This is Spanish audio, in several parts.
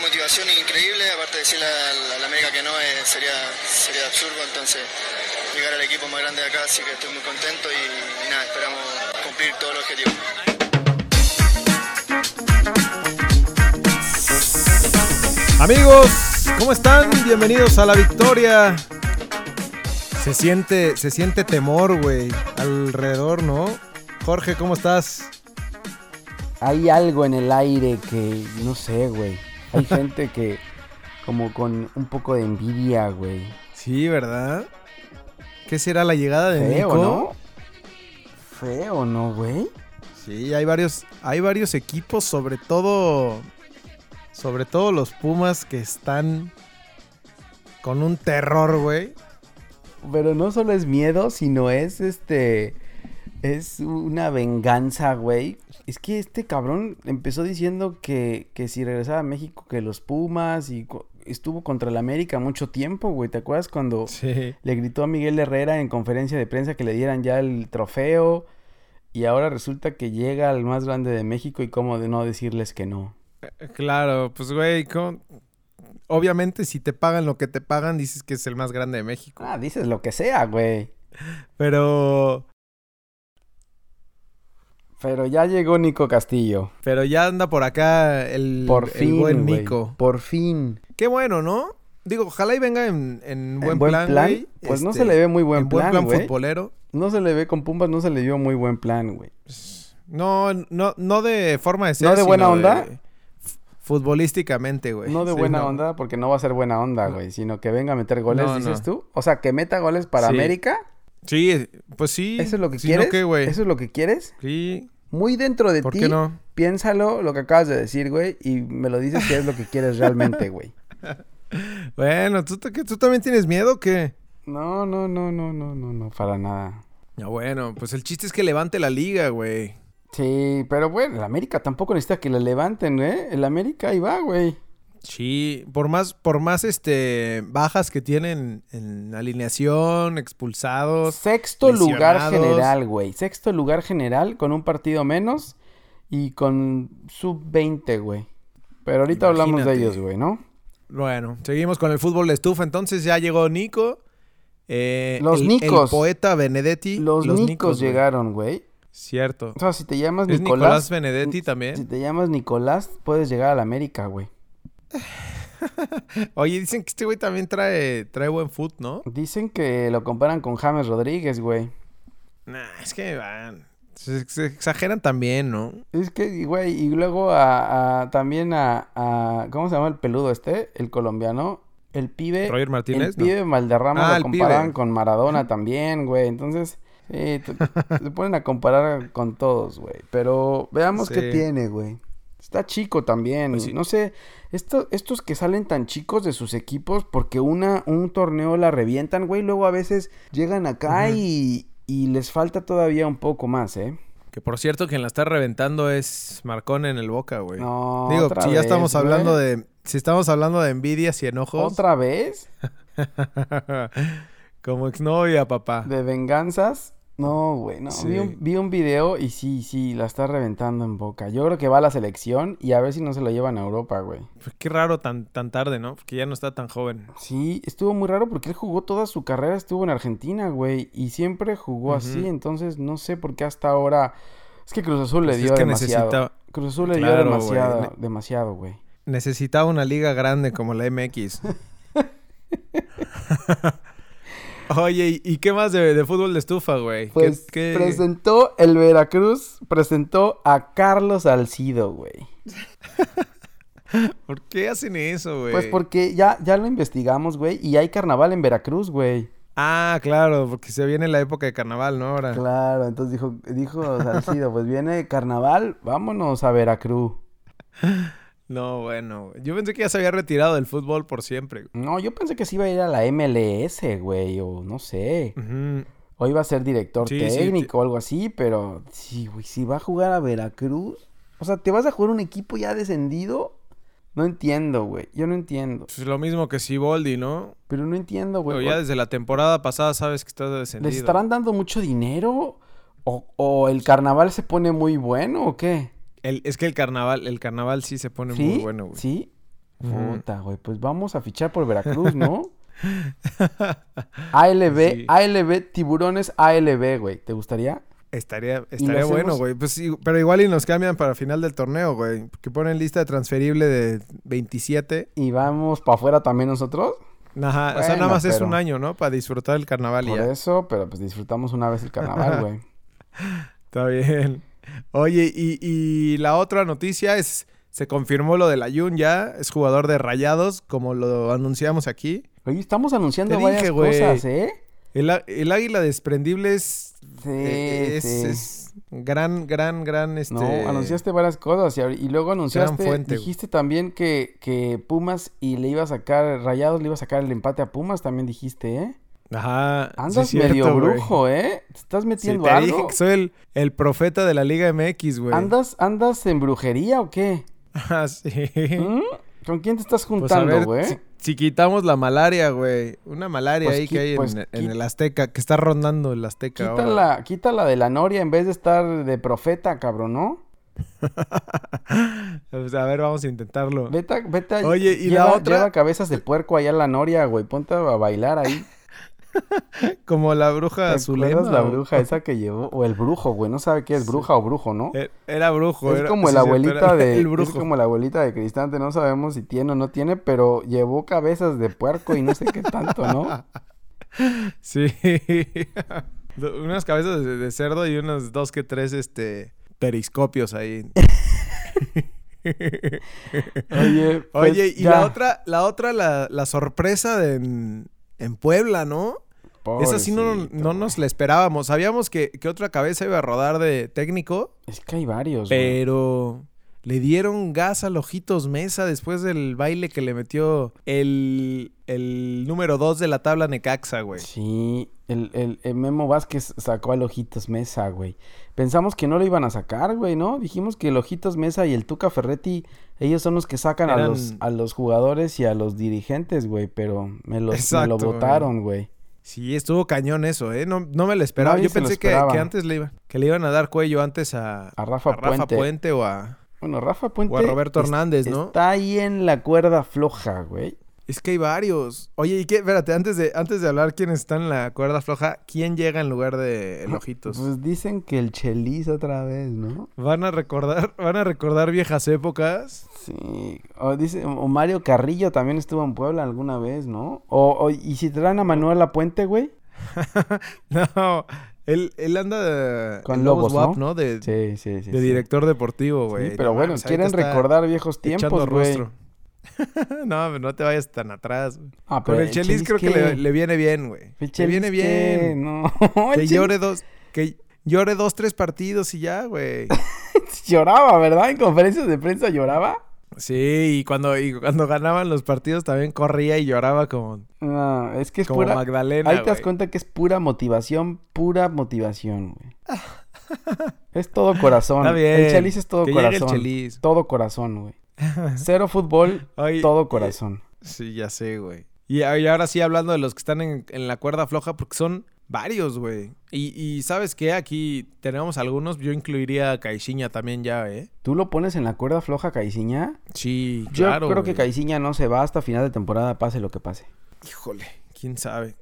motivación increíble, aparte de decirle al, al América que no es, sería, sería absurdo, entonces llegar al equipo más grande de acá, así que estoy muy contento y, y nada, esperamos cumplir todos los objetivos. Amigos, ¿cómo están? Bienvenidos a la victoria. Se siente, se siente temor, güey, alrededor, ¿no? Jorge, ¿cómo estás? Hay algo en el aire que, no sé, güey. Hay gente que, como con un poco de envidia, güey. Sí, ¿verdad? ¿Qué será la llegada de Feo, Nico? ¿no? Feo, ¿no, güey? Sí, hay varios, hay varios equipos, sobre todo, sobre todo los Pumas que están con un terror, güey. Pero no solo es miedo, sino es este. Es una venganza, güey. Es que este cabrón empezó diciendo que, que si regresaba a México, que los Pumas y co- estuvo contra el América mucho tiempo, güey. ¿Te acuerdas cuando Sí. le gritó a Miguel Herrera en conferencia de prensa que le dieran ya el trofeo? Y ahora resulta que llega al más grande de México y cómo de no decirles que no. Claro, pues, güey, con- obviamente si te pagan lo que te pagan, dices que es el más grande de México. Ah, dices lo que sea, güey. Pero, Pero ya llegó Nico Castillo. pero ya anda por acá el, Por el fin, buen güey. Nico. Por fin. Qué bueno, ¿no? Digo, ojalá y venga en, en buen, En buen plan, plan, güey. pues no Este, se le ve muy buen en buen plan, plan güey. futbolero. No se le ve con Pumas, no se le dio muy buen plan, güey. No, no, no de forma de ser. ¿No de buena sino onda? f- futbolísticamente, güey. No de Pues, Sí, buena no. onda, porque no va a ser buena onda, güey, sino que venga a meter goles, No, dices no. tú. O sea, que meta goles para Sí. América. Sí, pues sí. ¿Eso es lo que sí, quieres? ¿no qué, güey? ¿Eso es lo que quieres? Sí, Muy dentro de ¿por ti, qué no? piénsalo lo que acabas de decir, güey, y me lo dices que es lo que quieres realmente, güey. Bueno, ¿tú, te- qué- ¿tú también tienes miedo o qué? No, no, no, no, no, no, no, para nada. No, bueno, pues el chiste es que levante la liga, güey. Sí, pero bueno, el América tampoco necesita que le levanten, ¿eh? El América ahí va, güey. Sí, por más, por más este bajas que tienen en alineación, expulsados. Sexto lugar lesionados. general, güey. Sexto lugar general con un partido menos y con sub-20, güey. Pero ahorita hablamos de Imagínate. ellos, güey, ¿no? Bueno, seguimos con el fútbol de estufa. Entonces ya llegó Nico. eh, Los el- Nicos. El poeta Benedetti. Los, nicos, güey. llegaron, güey. Cierto. O sea, si te llamas ¿Es Nicolás Nicolás, ¿eh? Benedetti si también? te llamas Nicolás, puedes llegar a la América, güey. Oye, dicen que este güey también trae, trae buen foot, ¿no? Dicen que lo comparan con James Rodríguez, güey. Nah, es que van. Se, se exageran también, ¿no? Es que, güey, y luego a, a- también a, a- ¿cómo se llama el peludo este? El colombiano, el pibe, Roger el Martínez. ¿no? pibe Valderrama Ah, lo el pibe. comparan con Maradona también, güey. Entonces, sí, t- se ponen a comparar con todos, güey. Pero veamos qué Sí. tiene, güey. Está chico también. Pues sí. No sé, esto, estos que salen tan chicos de sus equipos porque una, un torneo la revientan, güey. Luego a veces llegan acá Ujú. y, y les falta todavía un poco más, ¿eh? Que por cierto, quien la está reventando es Marcón en el Boca, güey. No, Digo, otra si ya vez, estamos güey. hablando de. Si estamos hablando de envidias y enojos. ¿Otra vez? como exnovia, papá. ¿De venganzas? No, güey, no. Sí. Vi, un, vi un video y sí, sí, la está reventando en boca. Yo creo que va a la selección y a ver si no se lo llevan a Europa, güey. Pues Qué raro tan, tan tarde, ¿no? Porque ya no está tan joven. Sí, estuvo muy raro porque él jugó toda su carrera, estuvo en Argentina, güey, y siempre jugó así, Ujú. entonces no sé por qué hasta ahora... Es que Cruz Azul Pues es le dio que demasiado. necesita- Cruz Azul le Claro, dio güey. demasiado, Ne- demasiado, güey. Necesitaba una liga grande como la MX. Oye, ¿y y qué más de, de fútbol de estufa, güey? ¿Qué- Pues qué- presentó el Veracruz, presentó a Carlos Alcido, güey. ¿Por qué hacen eso, güey? Pues porque ya, ya lo investigamos, güey, y hay carnaval en Veracruz, güey. Ah, claro, porque se viene la época de carnaval, ¿no? Ahora. Claro, entonces dijo, dijo Salcido, pues viene carnaval, vámonos a Veracruz. No, bueno. güey. Yo pensé que ya se había retirado del fútbol por siempre. güey. No, yo pensé que se iba a ir a la MLS, güey, o no sé. Ujú. O iba a ser director Sí, sí, técnico o algo así, pero sí, güey, si va a jugar a Veracruz. O sea, ¿te vas a jugar un equipo ya descendido? No entiendo, güey. Yo no entiendo. Pues lo mismo que Siboldi, ¿no? Pero no entiendo, Pero güey. ya desde la temporada pasada sabes que estás descendido. ¿Les estarán dando mucho dinero? ¿O, o el carnaval se pone muy bueno o qué? El- es que el carnaval, el carnaval sí se pone ¿Sí? muy bueno, güey. ¿Sí? Ujú. Puta, güey, pues vamos a fichar por Veracruz, ¿no? ALB, Sí. ALB, tiburones ALB, güey. ¿Te gustaría? Estaría, estaría bueno, hacemos- güey. Pues, sí, pero igual y nos cambian para final del torneo, güey. Que ponen lista transferible de 27. Y vamos para afuera también nosotros. Ajá, o sea, nada Bueno, más es pero- un año, ¿no? Para disfrutar el carnaval y Por ya. eso, pero pues disfrutamos una vez el carnaval, güey. Está bien. Oye, y, y la otra noticia es, se confirmó lo del Ayun ya, es jugador de Rayados, como lo anunciamos aquí. Oye, estamos anunciando Te varias dije, güey. cosas, ¿eh? El, á- el Águila Desprendible es, Sí, eh, es, sí. es gran, gran, gran, este... No, anunciaste varias cosas y, ahor- y luego anunciaste, fuente, güey. dijiste también que, que Pumas y le iba a sacar, Rayados le iba a sacar el empate a Pumas, también dijiste, ¿eh? Ajá, sí Andas es cierto, medio güey. brujo, ¿eh? ¿Te estás Sí, metiendo te algo? dije que soy el, el profeta de la Liga MX, güey. ¿Andas, ¿Andas en brujería o qué? Ah, sí. ¿Mm? ¿Con quién te estás Pues a juntando, ver, güey? si, si quitamos la malaria, güey. Una malaria Pues ahí qui- que hay en- pues en, qui- el Azteca, que está rondando el Azteca ahora. Quítala, quítala de la noria en vez de estar de profeta, cabrón, ¿no? Pues, a ver, vamos a intentarlo. Vete, a- vete a- Oye, ¿y la lleva- otra? Lleva cabezas de puerco allá a la noria, güey. Ponte a bailar ahí. Como la ¿Te bruja acuerdas Zulema. la o- bruja esa que llevó? O el brujo, güey. No sabe qué es bruja o brujo, ¿no? Er- Era brujo. es era- como sí, la cierto, era abuelita de... El brujo. Es como la abuelita de Cristante. No sabemos si tiene o no tiene, pero llevó cabezas de puerco y no sé qué tanto, ¿no? Sí. Do- unas cabezas de, de cerdo y unos dos que tres, este, periscopios ahí. Oye, pues, Oye, y ya. la otra, la otra, la, la sorpresa de en, en Puebla, ¿no? Esa sí no, Pobrecito, no nos la esperábamos. Sabíamos que, que otra cabeza iba a rodar de técnico, Es que hay varios, güey. pero le dieron gas al Ojitos Mesa después del baile que le metió el, el número 2 de la tabla Necaxa, güey. Sí, el, el- el Memo Vázquez sacó al Ojitos Mesa, güey. Pensamos que no lo iban a sacar, güey, ¿no? Dijimos que el Ojitos Mesa y el Tuca Ferretti, ellos son los que sacan a, Eran- los, a los jugadores y a los dirigentes, güey, pero me, los, me Exacto, lo güey. votaron, güey. Sí, estuvo cañón eso, ¿eh? No, no me lo esperaba. Nadie Yo se lo pensé que, esperaba. que antes le, iba, que le iban a dar cuello antes a, A Rafa a Rafa Puente. Puente, o, a, Bueno, Rafa Puente o a Roberto es- Hernández, ¿no? está ahí en la cuerda floja, güey. Es que hay varios. Oye, ¿y qué? Espérate, antes de, antes de hablar quiénes están en la cuerda floja, ¿quién llega en lugar de el Ojitos? Pues dicen que el Chelis otra vez, ¿no? Van a recordar, van a recordar viejas épocas. Sí, o dice, o Mario Carrillo también estuvo en Puebla alguna vez, ¿no? O, o- y si traen a Manuel La Puente, güey. No, él, él anda de, Con el Lobos, Wap, ¿no? De, Sí, sí, sí. de sí. director deportivo, Sí, güey. pero No bueno, mames, ahorita quieren está recordar viejos echando tiempos, güey. rostro. no, pero no te vayas tan atrás. güey. Ah, Con el Chelis creo que le, le viene bien, güey. Le viene bien. No, el Que Chelis llore dos, que llore dos, tres partidos y ya, güey. lloraba, ¿verdad? En conferencias de prensa lloraba. Sí, y cuando, y cuando ganaban los partidos también corría y lloraba como, No, es que es como pura... Magdalena. Ahí te das güey. cuenta que es pura motivación, pura motivación, güey. es todo corazón. Está bien. El Chelis es todo Que llegue el corazón. Chelis. Todo corazón, güey. Cero fútbol, Oye, todo corazón. Sí, ya sé, güey. Y, a- y ahora sí, hablando de los que están en, en la cuerda floja, porque son varios, güey. Y, y ¿sabes qué? Aquí tenemos algunos. Yo incluiría a Caixinha también ya, ¿eh? ¿Tú lo pones en la cuerda floja, Caiciña? Sí, Yo claro, creo que güey. Caiciña no se va hasta final de temporada, pase lo que pase. Híjole, quién sabe.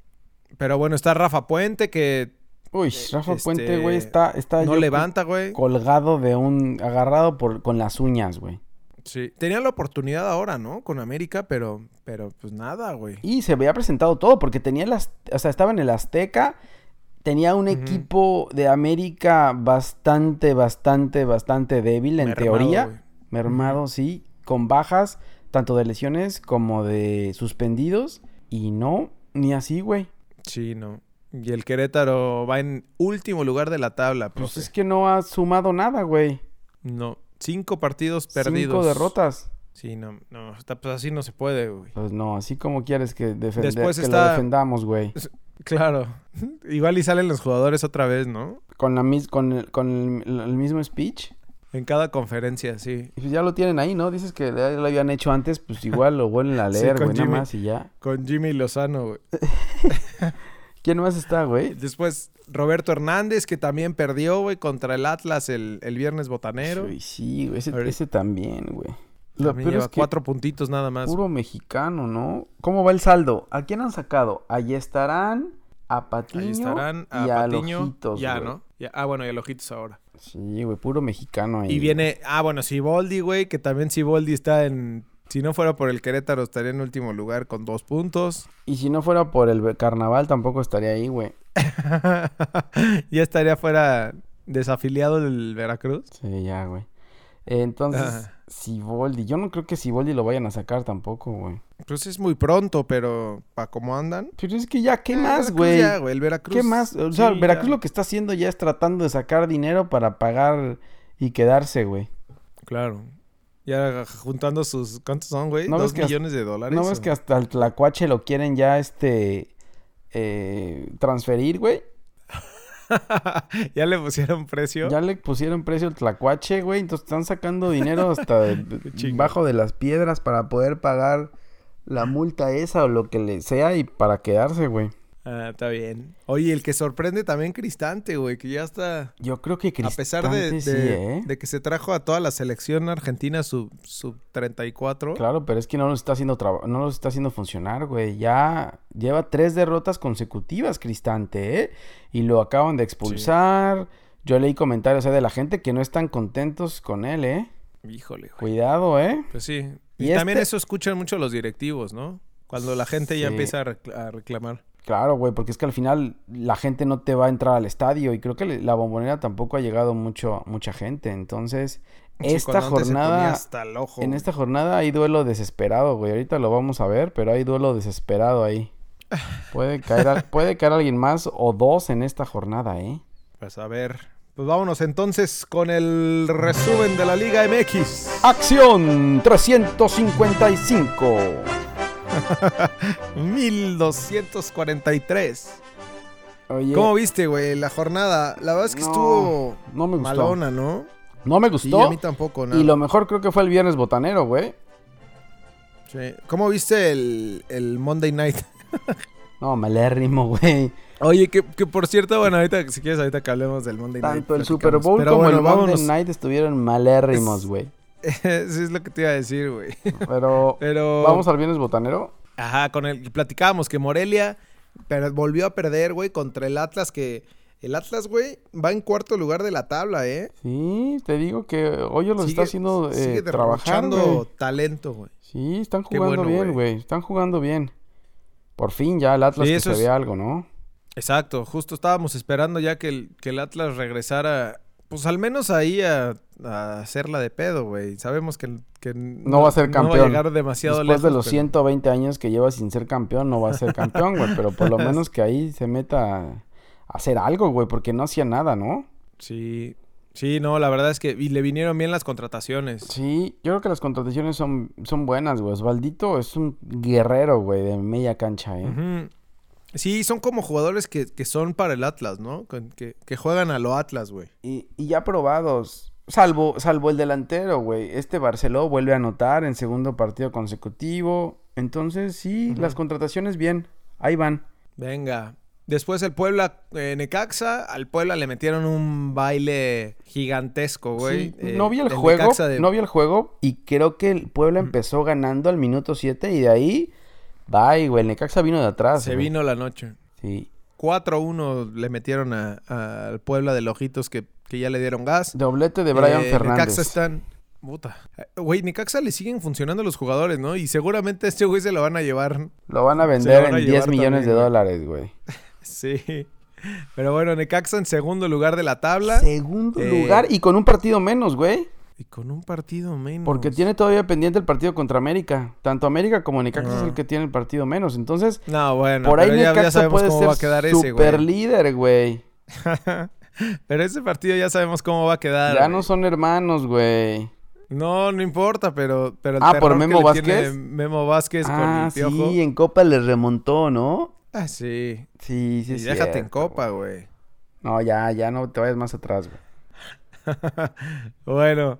Pero bueno, está Rafa Puente que Uy, Rafa este, Puente, güey, está, está yo no creo, levanta, güey. colgado de un, agarrado por, con las uñas, güey. Sí. Tenía la oportunidad ahora, ¿no? Con América, pero, pero pues nada, güey. Y se había presentado todo, porque tenía las, o sea, estaba en el Azteca, tenía un Ujú. equipo de América bastante, bastante, bastante débil en Mermado, teoría. güey. Mermado, sí, con bajas, tanto de lesiones como de suspendidos. Y no, ni así, güey. Sí, no. Y el Querétaro va en último lugar de la tabla, Pues profe. es que no ha sumado nada, güey. No. Cinco partidos perdidos. Cinco derrotas. Sí, no, no, está, pues así no se puede, güey. Pues no, así como quieres que, defender, Después que lo está- defendamos, güey. Claro. Igual y salen los jugadores otra vez, ¿no? Con, la mis- con, el, con el- el mismo speech. En cada conferencia, sí. Y pues ya lo tienen ahí, ¿no? Dices que ya lo habían hecho antes, pues igual lo vuelven a Sí, leer, con güey, nada Jimmy. más y ya. Con Jimmy Lozano, güey. ¿Quién más está, güey? Después, Roberto Hernández, que también perdió, güey, contra el Atlas el, el viernes botanero. Uy, sí, güey, ese, Ahorita- ese también, güey. Lo También peor lleva es que cuatro puntitos nada más. puro mexicano, ¿no? ¿Cómo va el saldo? ¿A quién han sacado? Allí estarán, a Patiño Ahí estarán a y a Patiño. Lojitos, ya, güey. ¿no? Ya- ah, bueno, y a Lojitos ahora. Sí, güey, puro mexicano ahí. Y viene, ah, bueno, Siboldi, güey, que también Siboldi está en. Si no fuera por el Querétaro, estaría en último lugar con dos puntos. Y si no fuera por el carnaval tampoco estaría ahí, güey. ya estaría fuera desafiliado del Veracruz. Sí, ya, güey. Entonces, Ajá. Siboldi, yo no creo que Siboldi lo vayan a sacar tampoco, güey. Pues es muy pronto, pero para cómo andan. Pero es que ya, ¿qué El más, Veracruz güey? Ah, ya, El Veracruz. ¿Qué más? O sea, sí, ya. Veracruz lo que está haciendo ya es tratando de sacar dinero para pagar y quedarse, güey. Claro. Ya juntando sus. ¿Cuántos son, güey? ¿No Dos ves que hasta- millones de dólares. ¿No ves o- que hasta el Tlacuache lo quieren ya, este, eh, transferir, güey? ya le pusieron precio. Ya le pusieron precio al Tlacuache, güey, entonces están sacando dinero hasta de- de- chingo. bajo de las piedras para poder pagar la multa esa o lo que le sea y para quedarse, güey. Ah, está bien. Oye, el que sorprende también Cristante, güey, que ya está. Yo creo que A pesar de, Cristante sí, de- ¿eh? de que se trajo a toda la selección argentina sub, sub 34. Claro, pero es que no los está haciendo traba- no los está haciendo funcionar, güey. Ya lleva tres derrotas consecutivas, Cristante, ¿eh? Y lo acaban de expulsar. Yo leí comentarios ¿eh? de la gente que no están contentos con él, ¿eh? Híjole, güey. Cuidado, ¿eh? Pues sí. Y Y, también este- eso escuchan mucho los directivos, ¿no? Cuando la gente ya Sí. empieza a, recla- a reclamar. Claro, güey, porque es que al final la gente no te va a entrar al estadio y creo que le- la bombonera tampoco ha llegado mucho mucha gente. Entonces, Sí, esta cuando antes se ponía jornada hasta el ojo. en güey. esta jornada hay duelo desesperado, güey. Ahorita lo vamos a ver, pero hay duelo desesperado ahí. Puede caer, al- puede caer alguien más o dos en esta jornada, ¿eh? Pues a ver. Pues vámonos entonces con el resumen de la Liga Ah, MX. Acción 355. 1243. Oye, ¿Cómo viste, güey, la jornada? La verdad es que No, estuvo no me gustó. malona, ¿no? No me Sí, gustó. a mí tampoco, nada. y lo mejor creo que fue el viernes botanero, güey. Sí. ¿Cómo viste el, el Monday Night? No, malérrimo, güey. Oye, que, que por cierto, bueno, ahorita, si quieres, ahorita que hablemos del Monday Night. Tanto el platicamos. Super Bowl Pero como bueno, el Monday vámonos. Night estuvieron malérrimos, Es- güey. Eso es lo que te iba a decir, güey. Pero Pero. vamos al viernes botanero. Ajá, con el. Platicábamos que Morelia per- volvió a perder, güey, contra el Atlas, que. El Atlas, güey, va en cuarto lugar de la tabla, ¿eh? Sí, te digo que Hoyo los está haciendo sigue eh, trabajar, derrochando güey. talento, güey. Sí, están Qué jugando bueno, bien, güey. güey. Están jugando bien. Por fin ya el Atlas Sí, que eso se es- ve algo, ¿no? Exacto, justo estábamos esperando ya que el, que el Atlas regresara, pues al menos ahí a, a hacerla de pedo, güey. Sabemos que, que va a ser No va campeón. a llegar demasiado lejos. Después de los pero- 120 años que lleva sin ser campeón, no va a ser campeón, güey. Pero por lo menos que ahí se meta a hacer algo, güey. Porque no hacía nada, ¿no? Sí, sí, no, la verdad es que y le vinieron bien las contrataciones. Sí, yo creo que las contrataciones son, son buenas, güey. Osvaldito es un guerrero, güey, de media cancha, ¿eh? Ujú. Sí, son como jugadores que, que son para el Atlas, ¿no? Con- Que, que juegan a lo Atlas, güey. y, y ya probados. Salvo, salvo el delantero, güey. Este Barceló vuelve a anotar en segundo partido consecutivo. Entonces, sí, las contrataciones bien. Ahí van. Venga. Después el Puebla eh, Necaxa, al Puebla le metieron un baile gigantesco, güey. Sí, Eh, no vi el, juego. Necaxa de- No vi el juego. Y creo que el Puebla empezó ganando al minuto 7. Y de ahí, bye, güey. El Necaxa vino de atrás. Se güey. vino la noche. Sí. 4-1 le metieron a- a- al Puebla de Lojitos que, que ya le dieron gas. Doblete de Brian Eh, Fernández. Necaxa están. Puta. Eh, Güey, Necaxa le siguen funcionando los jugadores, ¿no? Y seguramente a este güey se lo van a llevar. Lo van a lo vender van a en 10 llevar millones también, de güey. dólares, güey. Sí. Pero bueno, Necaxa en segundo lugar de la tabla. Segundo Eh, lugar y con un partido menos, güey. Y con un partido menos. Porque tiene todavía pendiente el partido contra América. Tanto América como Necaxa es Ah. el que tiene el partido menos. Entonces, No, bueno. por ahí pero ya, ya Necaxa sabemos puede cómo ser va a quedar ese, super güey. líder, güey. pero ese partido ya sabemos cómo va a quedar. Ya güey. no son hermanos, güey. No, no importa, pero, pero el Ah, ¿por terror que Memo le Vázquez? tiene Memo Vázquez ah, con el piojo. sí, en Copa les remontó, ¿no? Ah, sí. Sí, sí, y sí. déjate en copa, güey. No, ya, ya no te vayas más atrás, güey. Bueno,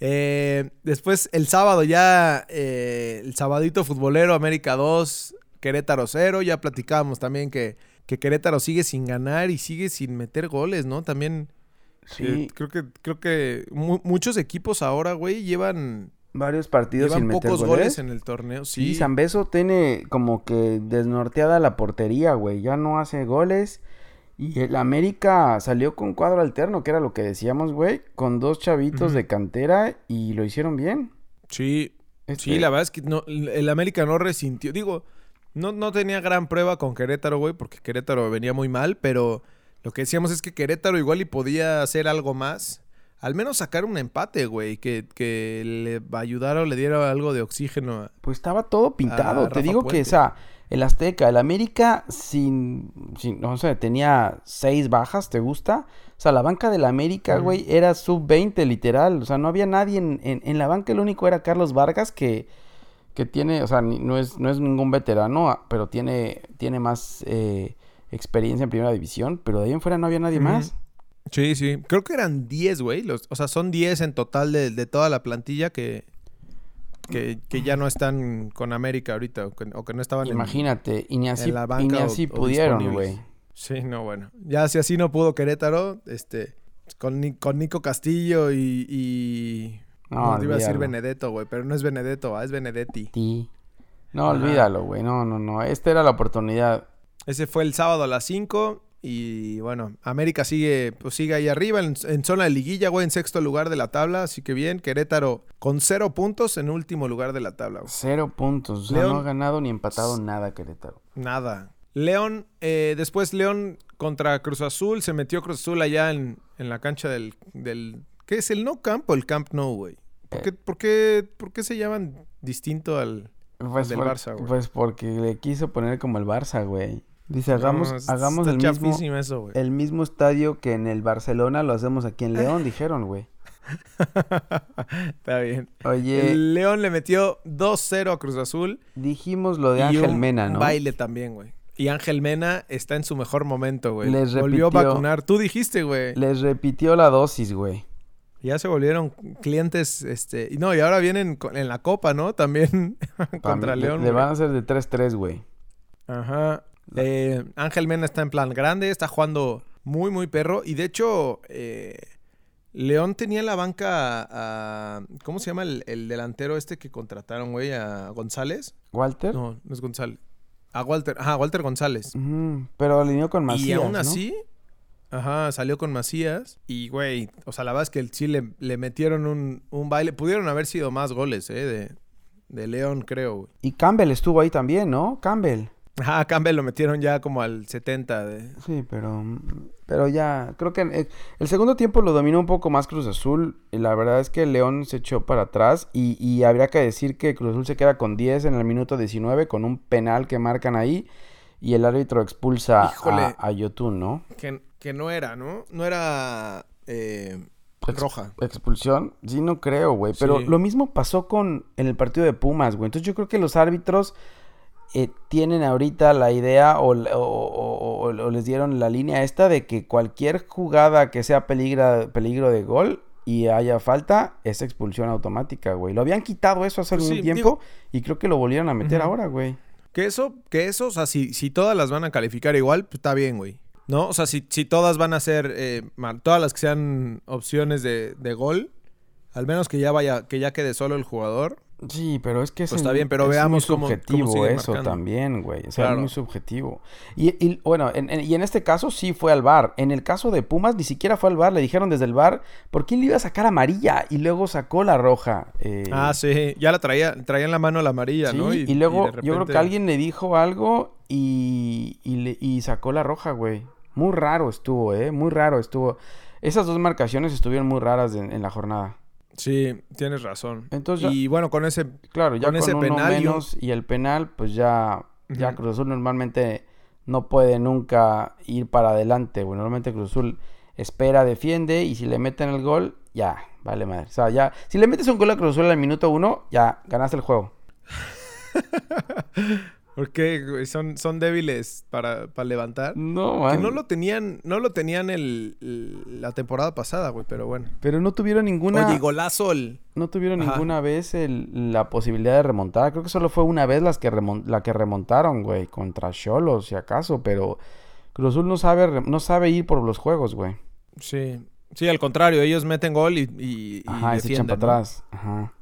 eh, después el sábado ya, eh, el sabadito futbolero, América 2, Querétaro 0, ya platicábamos también que, que Querétaro sigue sin ganar y sigue sin meter goles, ¿no? También eh, Sí. creo que, creo que mu- muchos equipos ahora, güey, llevan varios partidos Llevan sin meter pocos goles. goles en el torneo. Sí, Sí, Zambeso tiene como que desnorteada la portería, güey. Ya no hace goles. Y el América salió con cuadro alterno, que era lo que decíamos, güey. Con dos chavitos Ujú. de cantera y lo hicieron bien. sí, sí, Este, la verdad es que no, el América no resintió. Digo, no, no tenía gran prueba con Querétaro, güey, porque Querétaro venía muy mal, pero lo que decíamos es que Querétaro igual y podía hacer algo más. Al menos sacar un empate, güey, que, que le ayudara o le diera algo de oxígeno a, Pues estaba todo pintado. Ah, Te Rafa digo que, Puente. o sea, el Azteca, el América, sin, sin, no sé, tenía seis bajas, ¿te gusta? O sea, la banca del América, Mm. güey, era sub-20, literal. O sea, no había nadie en, en, en la banca. El único era Carlos Vargas, que, que tiene, o sea, ni- no es, no es ningún veterano, a- pero tiene, tiene más eh, experiencia en primera división. Pero de ahí en fuera no había nadie Ujú. más. Sí, sí. Creo que eran 10, güey. Los- O sea, son 10 en total de, de toda la plantilla que, que, que ya no están con América ahorita o que, o que no estaban en- Imagínate, y ni así, la y banca ni o- así o pudieron, disponibles. güey. Sí, no, bueno. Ya si así no pudo Querétaro, este, con, Ni- con Nico Castillo y... y... No, No, te iba a decir olvídalo. Benedetto, güey, pero no es Benedetto, ah, es Benedetti. ti. No, Ajá. olvídalo, güey. No, no, no. Esta era la oportunidad. Ese fue el sábado a las 5 y bueno, América sigue, pues sigue ahí arriba en, en zona de liguilla, güey, en sexto lugar de la tabla, así que bien, Querétaro con cero puntos en último lugar de la tabla, güey. Cero puntos. O sea, León- no ha ganado ni empatado nada Querétaro. Nada. León, eh, después León contra Cruz Azul, se metió Cruz Azul allá en, en la cancha del, del... ¿Qué es el no camp o el camp no, güey? Eh. ¿Por qué, por qué- por qué se llaman distinto al... Pues, Del por- Barça, güey. pues porque le quiso poner como el Barça, güey. Dice, hagamos, No, es- hagamos está el, mismo, eh, chafísimo eso, güey. el mismo estadio que en el Barcelona, lo hacemos aquí en León, dijeron, güey. está bien. Oye, El León le metió 2-0 a Cruz Azul. dijimos lo de y Ángel un Mena, ¿no? baile también, güey. Y Ángel Mena está en su mejor momento, güey. Les Volvió a repitió- vacunar. Tú dijiste, güey. Les repitió la dosis, güey. Ya se volvieron clientes, este... y No, y ahora vienen co- en la Copa, ¿no? También Pa' contra mí, le- León, Le, güey. van a hacer de 3-3, güey. Ajá. Eh, Ángel Mena está en plan grande, está jugando muy, muy perro. Y de hecho, eh, León tenía en la banca a... a- ¿Cómo se llama el, el delantero este que contrataron, güey? ¿A González? ¿Walter? No, no es González. A Walter. Ajá, Walter González. Ujú, Pero alineó con Macías, y aún ¿no? así... Ajá, salió con Macías. Y, güey, o sea, la verdad es que el Chile le metieron un, un baile. Pudieron haber sido más goles, ¿eh? De, de León, creo, güey. Y Campbell estuvo ahí también, ¿no? Campbell. Ajá, a Campbell lo metieron ya como al 70 de... Sí, pero, pero ya, creo que eh, el segundo tiempo lo dominó un poco más Cruz Azul. y La verdad es que León se echó para atrás y, y habría que decir que Cruz Azul se queda con 10 en el minuto 19 con un penal que marcan ahí y el árbitro expulsa Híjole. a, a Yotun, ¿no? Que, que no era, ¿no? No era eh, Pues, roja. Expulsión, sí, no creo, güey. Pero Sí. lo mismo pasó con en el partido de Pumas, güey. Entonces yo creo que los árbitros eh, tienen ahorita la idea o, la- o- o- o- o les dieron la línea esta de que cualquier jugada que sea peligra, peligro de gol y haya falta es expulsión automática, güey. Lo habían quitado eso hace Pues algún sí, tiempo y creo que lo volvieron a meter Ujú. ahora, güey. Que eso, que eso, o sea, si, si todas las van a calificar igual, pues está bien, güey. ¿No? O sea, si, si todas van a ser, eh, mar- todas las que sean opciones de, de gol, al menos que ya vaya, que ya quede solo el jugador. Sí, pero es que es Pues el- está bien, pero es muy veamos cómo- cómo subjetivo siguen eso marcando. también, güey. O sea, es Claro. muy subjetivo. Y, y, bueno, en, en- y en este caso sí fue al bar. En el caso de Pumas ni siquiera fue al bar. Le dijeron desde el bar, ¿por qué le iba a sacar amarilla? Y luego sacó la roja. eh, Ah, sí. Ya la traía, traía en la mano la amarilla, sí, ¿no? Y, de luego yo creo repente- que alguien le dijo algo y, y, le- y sacó la roja, güey. Muy raro estuvo, ¿eh? Muy raro estuvo. Esas dos marcaciones estuvieron muy raras en, en la jornada. Sí, tienes razón. Entonces ya- y bueno, con ese. Claro, ya Con con, ese uno penal y un- menos y el penal, pues ya, ya Ujú. Cruz Azul normalmente no puede nunca ir para adelante. Bueno, normalmente Cruz Azul espera, defiende y si le meten el gol, ya, vale madre. O sea, ya, si le metes un gol a Cruz Azul al minuto uno, ya, ganaste el juego. Porque güey, son, son débiles para, para levantar. No, Que man. no lo tenían, no lo tenían el, el- la temporada pasada, güey, pero bueno. Pero no tuvieron ninguna, Oye, y golazo el... no tuvieron Ajá. ninguna vez el- la posibilidad de remontar. Creo que solo fue una vez las que remon- la que remontaron, güey, contra Cholos, si acaso, pero Cruz Azul no sabe, re- no sabe ir por los juegos, güey. Sí. Sí, al contrario, ellos meten gol y, y- y Ajá, y se defienden, echan para ¿no? atrás. Ajá.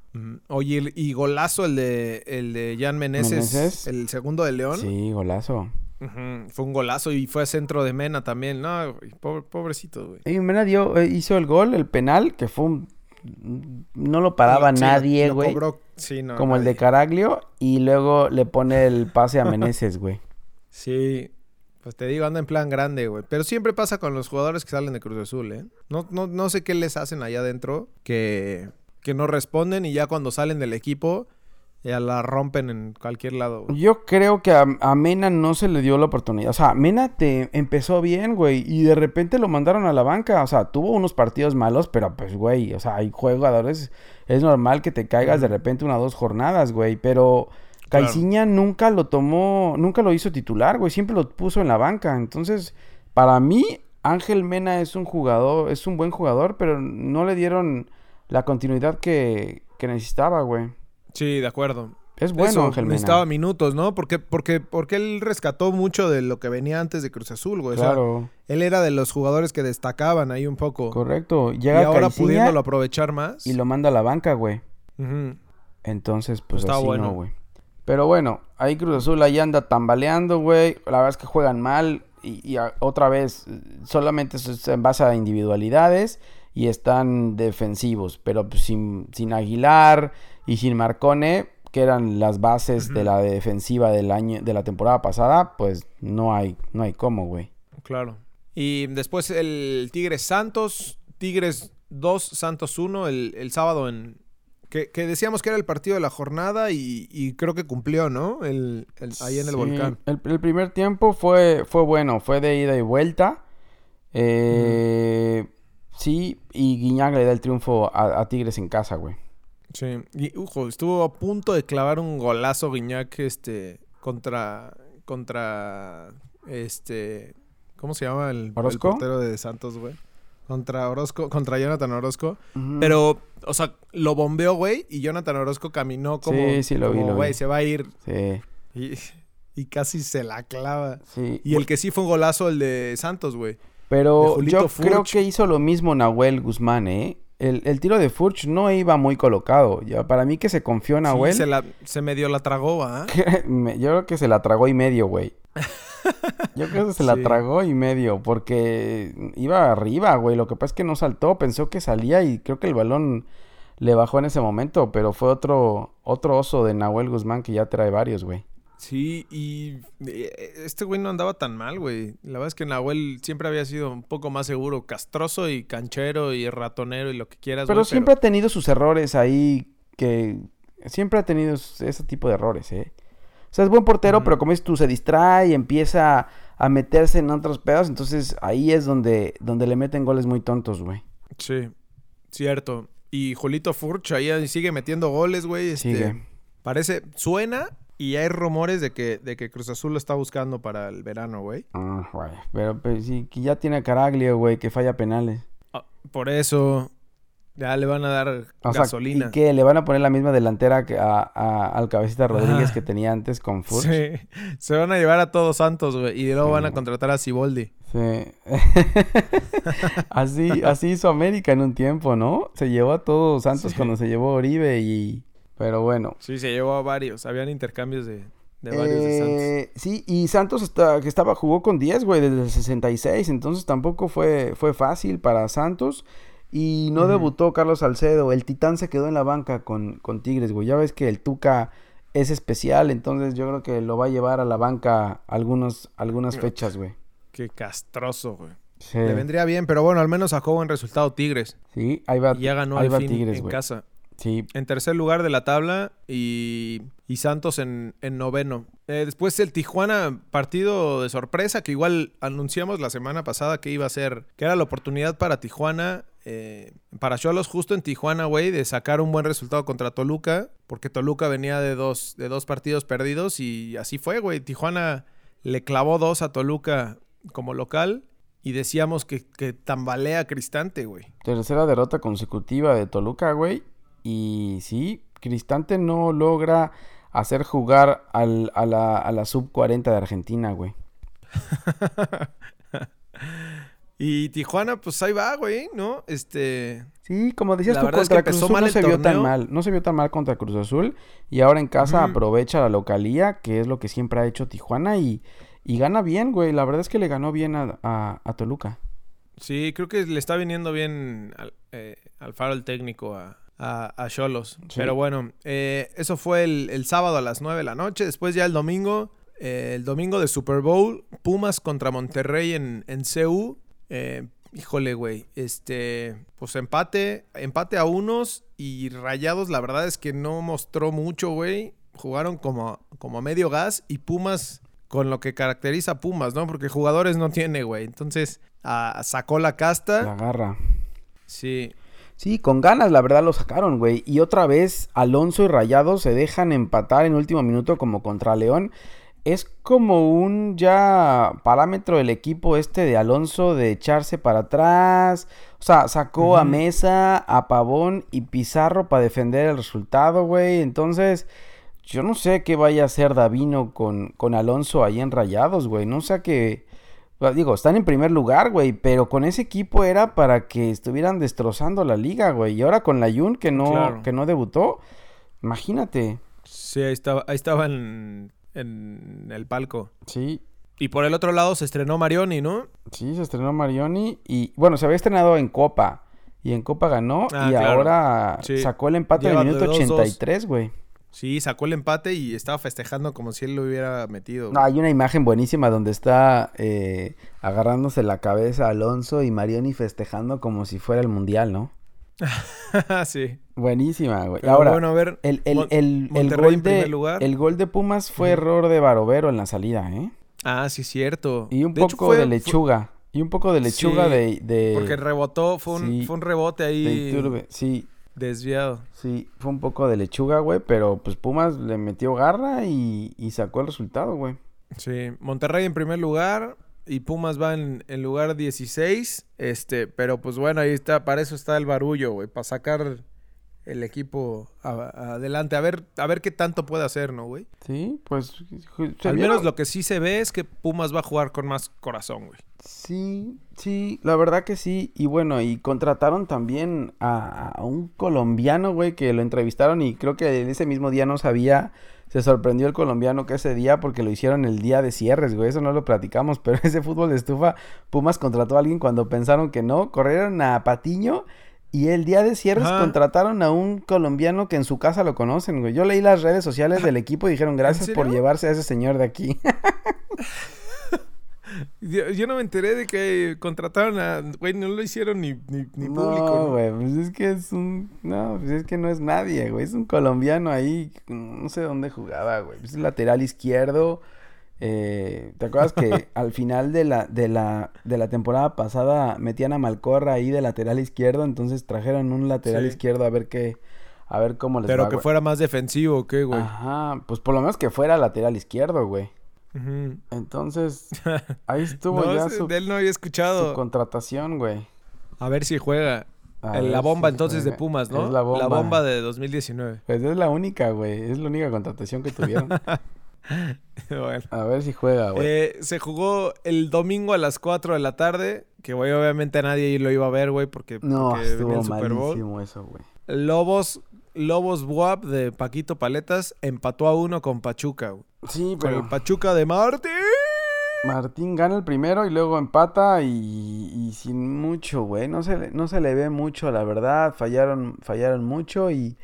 Oye, y golazo el de, el de Jan Meneses, Meneses. el segundo de León. Sí, golazo. Ujú, Fue un golazo y fue centro de Mena también. No, güey, pobre- pobrecito, güey. Y Mena dio, eh, hizo el gol, el penal, que fue un... No lo paraba Sí, lo- nadie, lo güey. cobró- sí, no, Como el de nadie. Caraglio. Y luego le pone el pase a Meneses, güey. Sí. Pues te digo, anda en plan grande, güey. Pero siempre pasa con los jugadores que salen de Cruz Azul, ¿eh? No, no, no sé qué les hacen allá adentro que, que no responden y ya cuando salen del equipo ya la rompen en cualquier lado, güey. Yo creo que a, a Mena no se le dio la oportunidad. O sea, Mena te empezó bien, güey. Y de repente lo mandaron a la banca. O sea, tuvo unos partidos malos, pero pues, güey. O sea, hay jugadores. Es normal que te caigas de repente una o dos jornadas, güey. Pero Claro. Caiciña nunca lo tomó, nunca lo hizo titular, güey. Siempre lo puso en la banca. Entonces, para mí, Ángel Mena es un jugador, es un buen jugador, pero no le dieron la continuidad que, que necesitaba, güey. Sí, de acuerdo. Es bueno, Eso, Ángel Mena. necesitaba minutos, ¿no? Porque, porque, porque él rescató mucho de lo que venía antes de Cruz Azul, güey. O sea, Claro. él era de los jugadores que destacaban ahí un poco. Correcto. y Llega ahora Caixinha pudiéndolo pues, aprovechar más. y lo manda a la banca, güey. Ujú. Entonces, pues Está así bueno. no, güey. Pero bueno, ahí Cruz Azul ahí anda tambaleando, güey. La verdad es que juegan mal. Y, y a- otra vez, eh, solamente se- se en base a individualidades. Y están defensivos. Pero pues, sin, sin Aguilar y sin Marcone, que eran las bases de la defensiva del año, de la temporada pasada, pues no hay, no hay cómo, güey. Claro. Y después el Tigres Santos, Tigres 2, Santos 1, el, el sábado en... Que, que decíamos que era el partido de la jornada y, y creo que cumplió, ¿no? El, el- ahí en el Sí, volcán. El, el primer tiempo fue, fue bueno, fue de ida y vuelta. Eh, Sí, y Guiñaga le da el triunfo a, a Tigres en casa, güey. Sí. Y, ujo, estuvo a punto de clavar un golazo Guiñac, este, contra... Contra... Este... ¿Cómo se llama el, el ¿Orozco? portero de Santos, güey? Contra Orozco, contra Jonathan Orozco. Pero, o sea, lo bombeó, güey, y Jonathan Orozco caminó como, Sí, sí, lo vi, como, lo vi. güey, se va a ir. Sí, Y, y casi se la clava. sí. Y el que sí fue un golazo, el de Santos, güey. de Pero Julito yo creo Furch. que hizo lo mismo Nahuel Guzmán, ¿eh? El, el tiro de Furch no iba muy colocado. Ya, para mí que se confió Sí, Nahuel. se, la, se medio la tragó, ¿ah? que me- yo creo que se la tragó y medio, güey. Yo creo que se la Sí. tragó y medio, porque iba arriba, güey. Lo que pasa es que no saltó, pensó que salía y creo que el balón le bajó en ese momento, pero fue otro, otro oso de Nahuel Guzmán que ya trae varios, güey. Pues, Sí, y eh, este güey no andaba tan mal, güey. La verdad es que Nahuel siempre había sido un poco más seguro, castroso y canchero y ratonero y lo que quieras. Pero güey, siempre ha tenido sus errores ahí, que siempre ha tenido s- ese tipo de errores, ¿eh? O sea, es buen portero, Ujú. pero como dices tú, se distrae y empieza a meterse en otros pedos, entonces ahí es donde, donde le meten goles muy tontos, güey. Sí, cierto. Y Julito Furch ahí sigue metiendo goles, güey. Este, Sigue. Parece, suena y hay rumores de que, de que Cruz Azul lo está buscando para el verano, güey. Ah, güey. Pero pues, sí, que ya tiene a Caraglio, güey, que falla penales. Ah, Por eso ya le van a dar O sea, gasolina. ¿Y que ¿Le van a poner la misma delantera que a- a- al Cabecita Rodríguez Ah. que tenía antes con Furch? Sí. Sí. Se van a llevar a todos santos, güey. Y luego Sí. van a contratar a Siboldi. así, así hizo América en un tiempo, ¿no? Se llevó a todos Santos Sí. cuando se llevó a Oribe y... Pero bueno. Sí, se llevó a varios. Habían intercambios de, de varios de Santos. Eh, sí, y Santos está- que estaba, jugó con 10, güey, desde el 66, entonces tampoco fue, fue fácil para Santos. Y no Ujú. debutó Carlos Salcedo, el Titán se quedó en la banca con, con Tigres, güey. Ya ves que el Tuca es especial, entonces yo creo que lo va a llevar a la banca algunos, algunas fechas, güey. Qué castroso, güey. Sí, Le vendría bien, pero bueno, al menos sacó buen resultado Tigres. sí, ahí va, Y ya ganó ahí al va fin Tigres, en güey. casa. Sí, En tercer lugar de la tabla y, y Santos en, en noveno. Eh, después el Tijuana, partido de sorpresa que igual anunciamos la semana pasada que iba a ser, que era la oportunidad para Tijuana, eh, para Cholos justo en Tijuana, güey, de sacar un buen resultado contra Toluca, porque Toluca venía de dos, de dos partidos perdidos y así fue, güey. Tijuana le clavó dos a Toluca como local y decíamos que, que tambalea Cristante, güey. Tercera derrota consecutiva de Toluca, güey. Y sí, Cristante no logra hacer jugar al- a, la, a la sub 40 de Argentina, güey. Y Tijuana, pues ahí va, güey, ¿no? Este. Sí, como decías La tú, verdad es contra que Cruz empezó Azul mal no el se vio tan torneo. mal. No se vio tan mal contra Cruz Azul. Y ahora en casa Ujú. aprovecha la localía, que es lo que siempre ha hecho Tijuana. Y, y gana bien, güey. La verdad es que le ganó bien a, a- a Toluca. Sí, creo que le está viniendo bien al, eh, al faro el técnico a, a, a Cholos. Sí. Pero bueno, eh, eso fue el, el sábado a las 9 de la noche. Después ya el domingo, eh, el domingo de Super Bowl, Pumas contra Monterrey en, en CU. Eh, híjole, güey. Este, pues empate, empate a unos y Rayados, la verdad es que no mostró mucho, güey. Jugaron como, como a medio gas y Pumas con lo que caracteriza a Pumas, ¿no? Porque jugadores no tiene, güey. Entonces, ah, sacó la casta. La garra. Sí. Sí, con ganas, la verdad, lo sacaron, güey. Y otra vez, Alonso y Rayado se dejan empatar en último minuto como contra León. Es como un ya parámetro del equipo este de Alonso de echarse para atrás. O sea, sacó a Ujú. Mesa, a Pavón y Pizarro para defender el resultado, güey. Entonces, yo no sé qué vaya a hacer Davino con, con Alonso ahí en Rayados, güey. No sé a qué... Pues, Digo, están en primer lugar, güey, pero con ese equipo era para que estuvieran destrozando la liga, güey. Y ahora con la Yun que no, Claro. que no debutó, imagínate. Sí, ahí estaba, ahí estaba en, en el palco. Sí, Y por el otro lado se estrenó Marioni, ¿no? sí, se estrenó Marioni y, bueno, se había estrenado en Copa y en Copa ganó Ah, y claro. ahora Sí. sacó el empate en Lleva el de minuto 2-2. 83, güey. Sí, sacó el empate y estaba festejando como si él lo hubiera metido. No, Ah, hay una imagen buenísima donde está eh, agarrándose la cabeza Alonso y Marioni festejando como si fuera el Mundial, ¿no? sí. Buenísima, güey. Pero ahora, bueno, a ver. El, el- Mon- el- el Monterrey en gol de, primer lugar. el gol de Pumas fue Ujú. error de Barovero en la salida, ¿eh? Ah, sí, cierto. Y un De poco hecho, fue- de fue- lechuga. Y un poco de lechuga Sí, de, de- porque rebotó, fue un, Sí. fue un rebote de ahí Iturbe. Sí, desviado. sí, fue un poco de lechuga, güey. Pero pues Pumas le metió garra y, y sacó el resultado, güey. Sí, Monterrey en primer lugar y Pumas va en, en lugar 16. Este, pero pues bueno, ahí está, para eso está el barullo, güey, para sacar el equipo a- adelante. A ver, a ver qué tanto puede hacer, ¿no, güey? Sí, pues. ju- se Al vieron- menos lo que sí se ve es que Pumas va a jugar con más corazón, güey. Sí, sí, la verdad que sí. Y bueno, y contrataron también a, a un colombiano, güey, que lo entrevistaron y creo que en ese mismo día no sabía. Se sorprendió el colombiano que ese día porque lo hicieron el día de cierres, güey. Eso no lo platicamos, pero ese fútbol de estufa, Pumas contrató a alguien cuando pensaron que no. Corrieron a Patiño y el día de cierres Ajá. contrataron a un colombiano que en su casa lo conocen, güey. Yo leí las redes sociales del equipo y dijeron gracias por serio? llevarse a ese señor de aquí. Yo, yo no me enteré de que contrataron a... Güey, no lo hicieron ni, ni, ni público. No, ¿no? güey, pues es que es un... No, pues es que no es nadie, güey. Es un colombiano ahí, no sé dónde jugaba, güey. Es lateral izquierdo. Eh, ¿te acuerdas que al final de la, de la, de la temporada pasada metían a Malcorra ahí de lateral izquierdo? Entonces trajeron un lateral Sí. izquierdo a ver qué... A ver cómo les Pero va, que güey. fuera más defensivo, ¿qué, güey? Ajá, pues por lo menos que fuera lateral izquierdo, güey. Ujú. Entonces, ahí estuvo No, ya ese- su, de él no había su escuchado. contratación, güey. A ver si juega. A El- la ver bomba si entonces de juega. Pumas, ¿no? Es la bomba. de 2019. Pues es la única, güey. Es la única contratación que tuvieron. Bueno. A ver si juega, güey. Eh, se jugó el domingo a las 4 de la tarde, que güey, obviamente nadie lo iba a ver, güey, porque, no, porque venía estuvo el Super Bowl. malísimo eso, güey. Lobos, Lobos Buap de Paquito Paletas empató a uno con Pachuca, güey. Sí, Con pero el Pachuca de Martín. Martín gana el primero y luego empata y, y sin mucho, güey. No se, le- no se le ve mucho, la verdad. Fallaron, fallaron mucho y,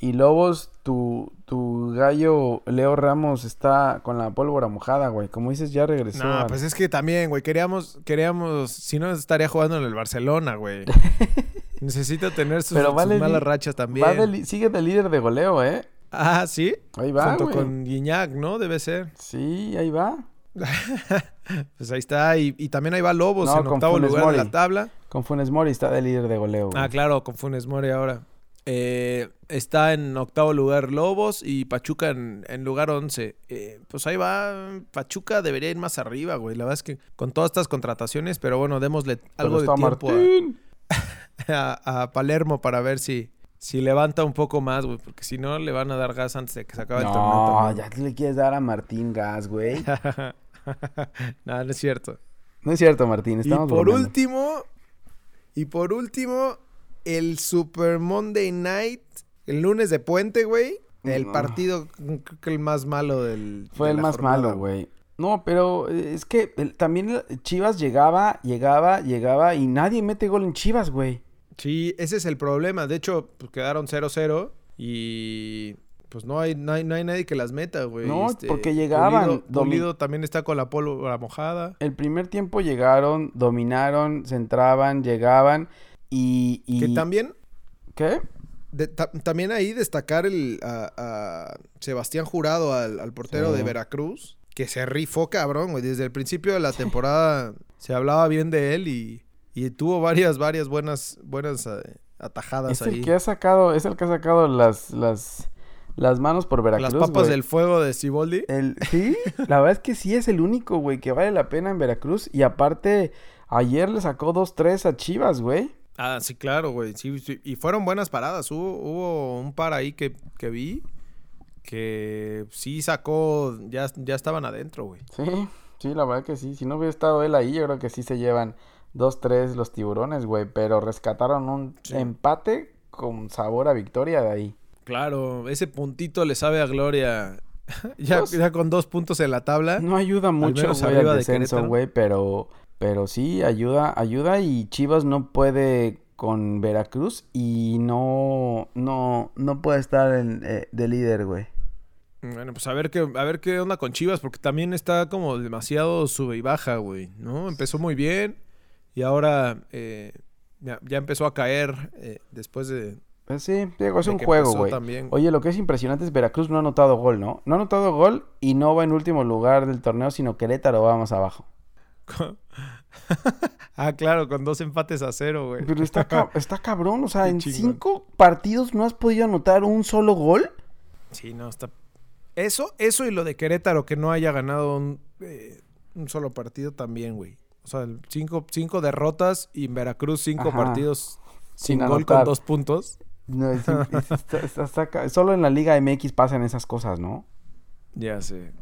y Lobos, tu, tu gallo Leo Ramos está con la pólvora mojada, güey. Como dices, ya regresó. No, al- pues es que también, güey, queríamos, queríamos, si no estaría jugando en el Barcelona, güey. Necesita tener sus, Pero sus va de li- malas rachas también. Va de li- sigue de líder de goleo, ¿eh? Ah, sí. Ahí va, Junto güey. con Guiñac, ¿no? Debe ser. Sí, ahí va. Pues ahí está. Y, y también ahí va Lobos No, en con octavo Funes lugar de Mori. la tabla. Con Funes Mori está de líder de goleo. güey. Ah, claro, con Funes Mori ahora. Eh, está en octavo lugar Lobos y Pachuca en, en lugar 11. Eh, pues ahí va. Pachuca debería ir más arriba, güey. La verdad es que con todas estas contrataciones, pero bueno, démosle Pero algo de está tiempo a, Martín. a- a Palermo para ver si, si levanta un poco más, güey. Porque si no, le van a dar gas antes de que se acabe el torneo. No, también. ya le quieres dar a Martín gas, güey. no, no es cierto. No es cierto, Martín, Y estamos por bromeando. último, y por último, el Super Monday Night, el lunes de puente, güey. El No. partido, mm, creo que el más malo del. Fue de el la más jornada. malo, güey. No, pero eh, es que el- también el- Chivas llegaba, llegaba, llegaba y nadie mete gol en Chivas, güey. Sí, ese es el problema. De hecho, pues, quedaron 0-0 y pues no hay, no hay, no hay nadie que las meta, güey. Este, No, porque llegaban, Pulido, domi- Pulido también está con la pólvora mojada. El primer tiempo llegaron, dominaron, centraban, llegaban y... y- Que también, ¿Qué? de- ta- también ahí destacar el, a, a Sebastián Jurado, al, al portero Sí. de Veracruz, que se rifó cabrón, güey. Desde el principio de la temporada se hablaba bien de él y, y tuvo varias, varias buenas, buenas eh, atajadas Es el ahí. que ha sacado, es el que ha sacado las, las, las manos por Veracruz, Las papas güey. del fuego de Ciboldi. El- sí, la verdad es que sí es el único, güey, que vale la pena en Veracruz. Y aparte, ayer le sacó 2-3 a Chivas, güey. Ah, sí, claro, güey. Sí, sí. Y fueron buenas paradas. Hubo, hubo un par ahí que, que vi que sí sacó, ya, ya estaban adentro, güey. Sí, sí, la verdad que sí. Si no hubiera estado él ahí, yo creo que sí se llevan 2-3 los tiburones, güey. Pero rescataron un Sí. empate con sabor a victoria de ahí. Claro, ese puntito le sabe a Gloria. ya, Pues- ya con dos puntos en la tabla. Ah, No ayuda mucho, menos güey, al arriba de descenso, Querétaro. güey, pero, pero sí ayuda, ayuda y Chivas no puede con Veracruz y no, no, no puede estar en, eh, de líder, güey. Bueno, pues a ver, qué, a ver qué onda con Chivas, porque también está como demasiado sube y baja, güey, ¿no? Empezó muy bien y ahora eh, ya, ya empezó a caer eh, después de... Pues sí, Diego, es de un que juego, empezó güey. también. Oye, lo que es impresionante es Veracruz no ha anotado gol, ¿no? No ha anotado gol y no va en último lugar del torneo, sino Querétaro va más abajo. ah, claro, con dos empates a cero, güey. Pero está, ca- está cabrón, o sea, Qué en chingón. cinco partidos no has podido anotar un solo gol. Sí, no, está. Eso, eso y lo de Querétaro, que no haya ganado un, eh, un solo partido también, güey. O sea, el cinco, cinco derrotas y en Veracruz cinco Ajá. partidos sin, Sin gol anotar. con dos puntos. No, es- es- está- está- está ca- solo en la Liga MX pasan esas cosas, ¿no? Ya sé.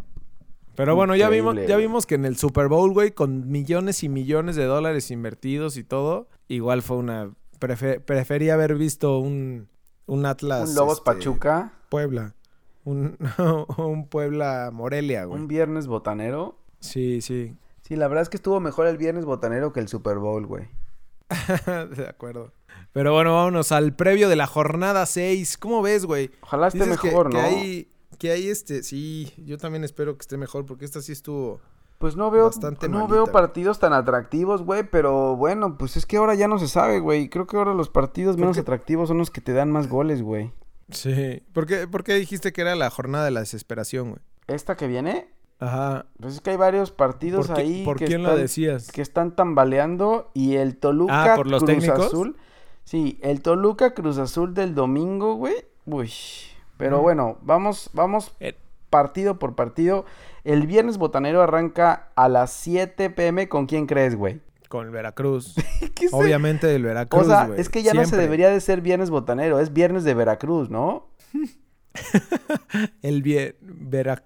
Pero bueno, ya Increíble, vimos, ya güey. vimos que en el Super Bowl, güey, con millones y millones de dólares invertidos y todo, igual fue una. prefe- preferí haber visto un, un Atlas. Un Lobos este, Pachuca, Puebla. Un, un Puebla Morelia, güey. un Viernes Botanero. Sí, sí. Sí, la verdad es que estuvo mejor el Viernes Botanero que el Super Bowl, güey. de acuerdo. Pero bueno, vámonos al previo de la jornada 6. ¿Cómo ves, güey? Ojalá esté Dices que- Ah, mejor, que ¿no? hay- que hay este, sí, yo también espero que esté mejor porque esta sí estuvo. Pues no veo, Bastante no malita, veo güey. partidos tan atractivos, güey, pero bueno, pues es que ahora ya no se sabe, güey. Creo que ahora los partidos menos que- atractivos son los que te dan más goles, güey. Sí. ¿Por qué, por qué dijiste que era la jornada de la desesperación, güey? ¿Esta que viene? Ajá. Pues es que hay varios partidos ¿Por, qué- ahí por que, quién lo están, decías? que están tambaleando y el Toluca Ah, ¿por los Cruz técnicos? Azul. Sí, el Toluca Cruz Azul del domingo, güey. Uy. Pero Ujú. bueno, vamos, vamos Eh, partido por partido. El viernes botanero arranca a las 7 pm. ¿Con quién crees, güey? Con el Veracruz. ¿Qué se- Obviamente el O Veracruz. sea, güey. es que ya no se Siempre. debería de ser viernes botanero, es viernes de Veracruz, ¿no? El vie- Vera-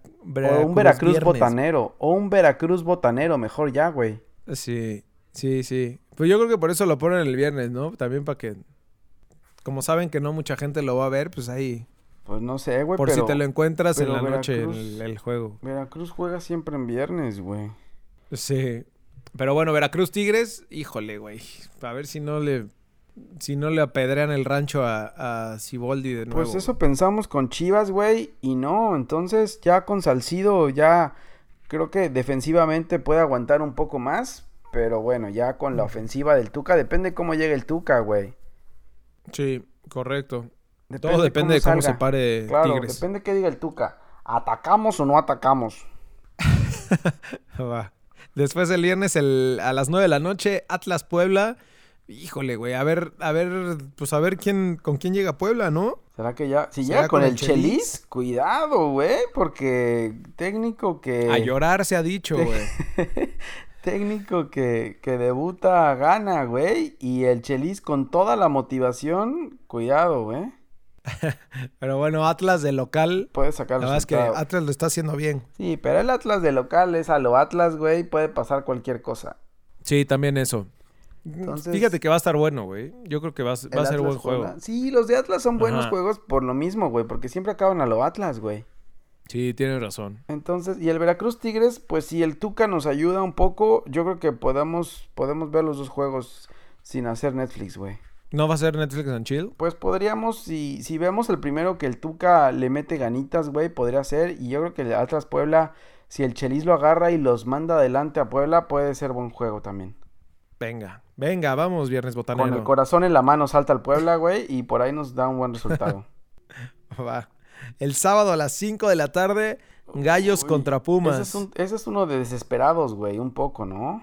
o un Veracruz viernes. botanero, o un Veracruz botanero, mejor ya, güey. Sí, sí, sí. Pues yo creo que por eso lo ponen el viernes, ¿no? También para que. Como saben que no mucha gente lo va a ver, pues ahí. Pues no sé, güey, por pero si te lo encuentras en pero la noche, en Veracruz- el, el juego. Veracruz juega siempre en viernes, güey. Sí. Pero bueno, Veracruz Tigres, híjole, güey. A ver si no le. Si no le apedrean el rancho a, a Siboldi de nuevo. Pues eso pensamos con Chivas, güey, y no, entonces ya con Salcido ya creo que defensivamente puede aguantar un poco más, pero bueno, ya con la ofensiva del Tuca depende cómo llegue el Tuca, güey. güey. Sí, correcto. Todo depende de cómo se salga. pare Claro, Tigres. depende qué diga el Tuca. ¿Atacamos o no atacamos? Va. Después el viernes el- a las 9 de la noche, Atlas Puebla. Híjole, güey, a ver, a ver, pues a ver quién, con quién llega Puebla, ¿no? ¿Será que ya? Si ¿Será llega con, con el el Chelis, cuidado, güey, porque técnico que... A llorar se ha dicho, güey. técnico que, que debuta gana, güey, y el Chelis con toda la motivación, cuidado, güey. Pero bueno, Atlas de local, Puede sacar la verdad es que resultado. Atlas lo está haciendo bien. Sí, pero el Atlas de local es a lo Atlas, güey, puede pasar cualquier cosa. Sí, también eso. Entonces- Fíjate que va a estar bueno, güey. Yo creo que va, a- va El a ser buen Atlas juego. juega- Sí, los de Atlas son buenos Ajá. juegos por lo mismo, güey, porque siempre acaban a lo Atlas, güey. Sí, tienes razón. Entonces, y el Veracruz Tigres, pues si el Tuca nos ayuda un poco, yo creo que podamos, podemos ver los dos juegos sin hacer Netflix, güey. ¿No va a ser Netflix and Chill? Pues podríamos, si, si vemos el primero que el Tuca le mete ganitas, güey, podría ser. Y yo creo que el Atlas Puebla, si el Chelis lo agarra y los manda adelante a Puebla, puede ser buen juego también. Venga, venga, vamos, Viernes Botanero. Con el corazón en la mano salta al Puebla, güey, y por ahí nos da un buen resultado. Va. El sábado a las 5 de la tarde, Gallos Uy, contra Pumas. Ese es, un- ese es uno de desesperados, güey, un poco, ¿no?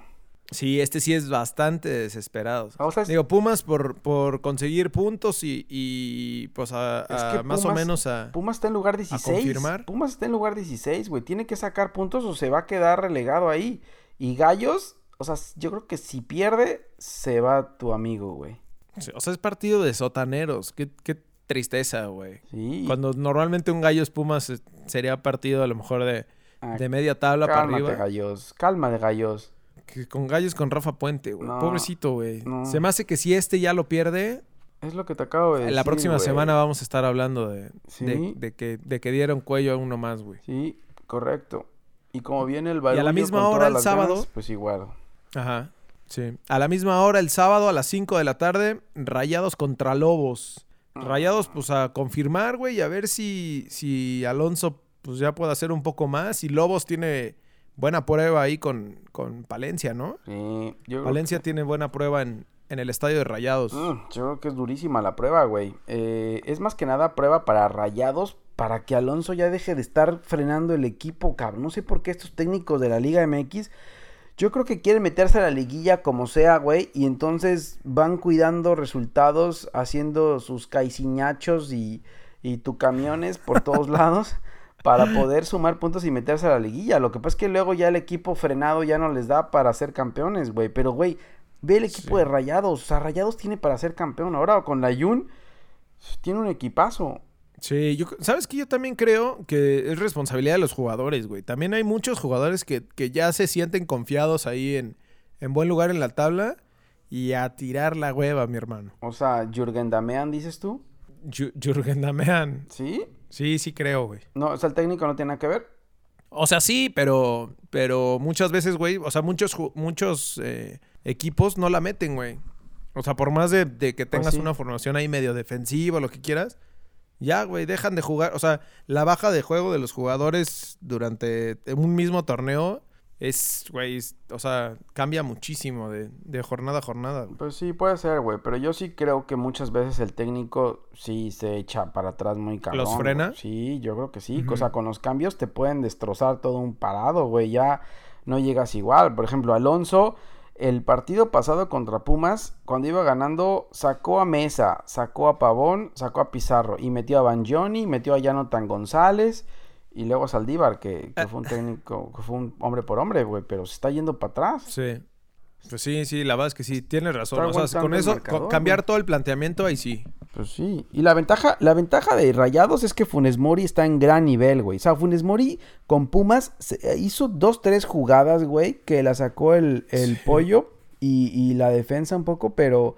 Sí, este sí es bastante desesperado. Ah, O sea, es- Digo, Pumas por, por conseguir puntos y, y, pues a, a que más o Pumas- menos a... Pumas está en lugar 16. confirmar? Pumas está en lugar 16, güey. Tiene que sacar puntos o se va a quedar relegado ahí. Y Gallos, o sea, yo creo que si pierde, se va tu amigo, güey. O sea, es partido de sotaneros. Qué, qué tristeza, güey. Sí. Cuando normalmente un Gallos Pumas eh, sería partido a lo mejor de, Ah, de media tabla cálmate, para arriba. Gallos. Calma de Gallos. Que con Gallos con Rafa Puente, güey. No, Pobrecito, güey. no. Se me hace que si este ya lo pierde, Es lo que te acabo de decir. la próxima Pues güey. semana vamos a estar hablando de, de, Sí. de que, de que dieron cuello a uno más, güey. Sí, correcto. Y como viene el la barullo misma con hora todas el las sábado. ganas, pues igual. Ajá. Sí. A la misma hora, el sábado, a las 5 de la tarde, Rayados contra Lobos. Ah. Rayados, pues a confirmar, güey, y a ver si, si Alonso pues ya puede hacer un poco más. Y Lobos tiene buena prueba ahí con, con Palencia, ¿no? Sí, yo creo Palencia tiene buena prueba en, en el estadio de Rayados. Mm, yo creo que es durísima la prueba, güey. Eh, es más que nada prueba para rayados, para que Alonso ya deje de estar frenando el equipo, cabrón. No sé por qué estos técnicos de la Liga MX, yo creo que quieren meterse a la liguilla como sea, güey, y entonces van cuidando resultados, haciendo sus caiciñachos y, y tu camiones por todos lados. Para poder sumar puntos y meterse a la liguilla. Lo que pasa es que luego ya el equipo frenado ya no les da para ser campeones, güey. Pero, güey, Ve el equipo Sí. de Rayados. O sea, Rayados tiene para ser campeón ahora. Con la Jun, tiene un equipazo. Sí, yo, c- sabes que yo también creo que es responsabilidad de los jugadores, güey. También hay muchos jugadores que, que ya se sienten confiados ahí en, en buen lugar en la tabla y a tirar la hueva, mi hermano. O sea, Jürgen Damean, dices tú. Ju- Jürgen Damean. ¿Sí? Sí, sí creo, güey. No, o sea, el técnico no tiene nada que ver. O sea, sí, pero, pero muchas veces, güey, o sea, muchos, ju- muchos eh, equipos no la meten, güey. O sea, por más de, de que tengas sí. una formación ahí medio defensiva, lo que quieras, ya, güey, dejan de jugar. O sea, la baja de juego de los jugadores durante un mismo torneo es, güey, es- o sea, cambia muchísimo de, de jornada a jornada. güey. Pues sí, puede ser, güey. Pero yo sí creo que muchas veces el técnico sí se echa para atrás muy cabrón. güey. frena? Sí, yo creo que sí. Ujú. O sea, con los cambios te pueden destrozar todo un parado, güey. Ya no llegas igual. Por ejemplo, Alonso, el partido pasado contra Pumas, cuando iba ganando, sacó a Mesa, sacó a Pavón, sacó a Pizarro. Y metió a Banjoni, metió a Tan González. Y luego a Saldívar, que, Ah. que fue un técnico, que fue un hombre por hombre, güey. Pero se está yendo para atrás. Sí. Pues sí, sí, la verdad es que sí, tienes razón. Está O sea, con aguantando el eso, marcador, con cambiar güey. todo el planteamiento, ahí sí. Pues sí. Y la ventaja, la ventaja de Rayados es que Funes Mori está en gran nivel, güey. O sea, Funes Mori con Pumas se- eh, hizo dos, tres jugadas, güey, que la sacó el, el pollo y, y la defensa un poco, pero,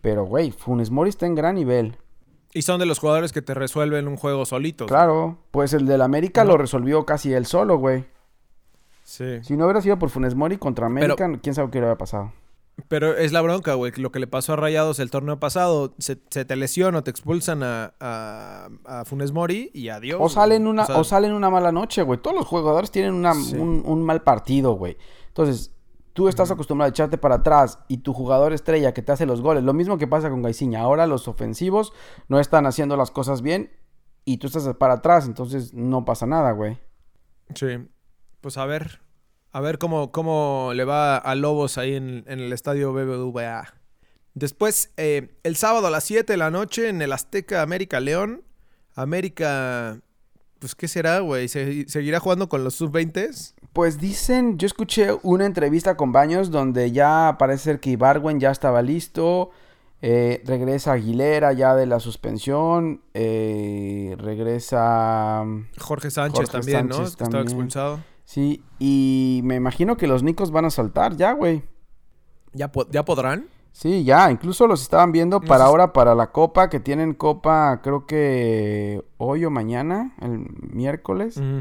pero, güey, Funes Mori está en gran nivel. Y son de los jugadores que te resuelven un juego solitos. Claro, pues el del América lo resolvió casi él solo, güey. Sí. Si no hubiera sido por Funes Mori contra América, quién sabe qué le hubiera pasado. Pero es la bronca, güey. Lo que le pasó a Rayados el torneo pasado. Se, se te lesiona, te expulsan a, a, a Funes Mori y adiós. O güey. salen una, o sea, salen una mala noche, güey. Todos los jugadores tienen una- Sí. un, un mal partido, güey. Entonces, tú estás acostumbrado a echarte para atrás y tu jugador estrella que te hace los goles. Lo mismo que pasa con Gaiciña. Ahora los ofensivos no están haciendo las cosas bien y tú estás para atrás. Entonces, no pasa nada, güey. Sí. Pues a ver. A ver cómo, cómo le va a Lobos ahí en, en el estadio BBVA. Después, eh, el sábado a las 7 de la noche en el Azteca América León. América. Pues, ¿qué será, güey? ¿Se- ¿Seguirá jugando con los sub-20s? Pues dicen, yo escuché una entrevista con Baños donde ya parece ser que Ibarwen ya estaba listo. eh, regresa Aguilera ya de la suspensión. eh, regresa. Jorge Sánchez Jorge también, ¿no? Sánchez Que estaba también. expulsado. Sí, y me imagino que los Nicos van a saltar ya, güey. ¿Ya, po- ya podrán? Sí, ya, incluso los estaban viendo No para sé- ahora, para la copa, que tienen copa creo que hoy o mañana, el miércoles, Mm.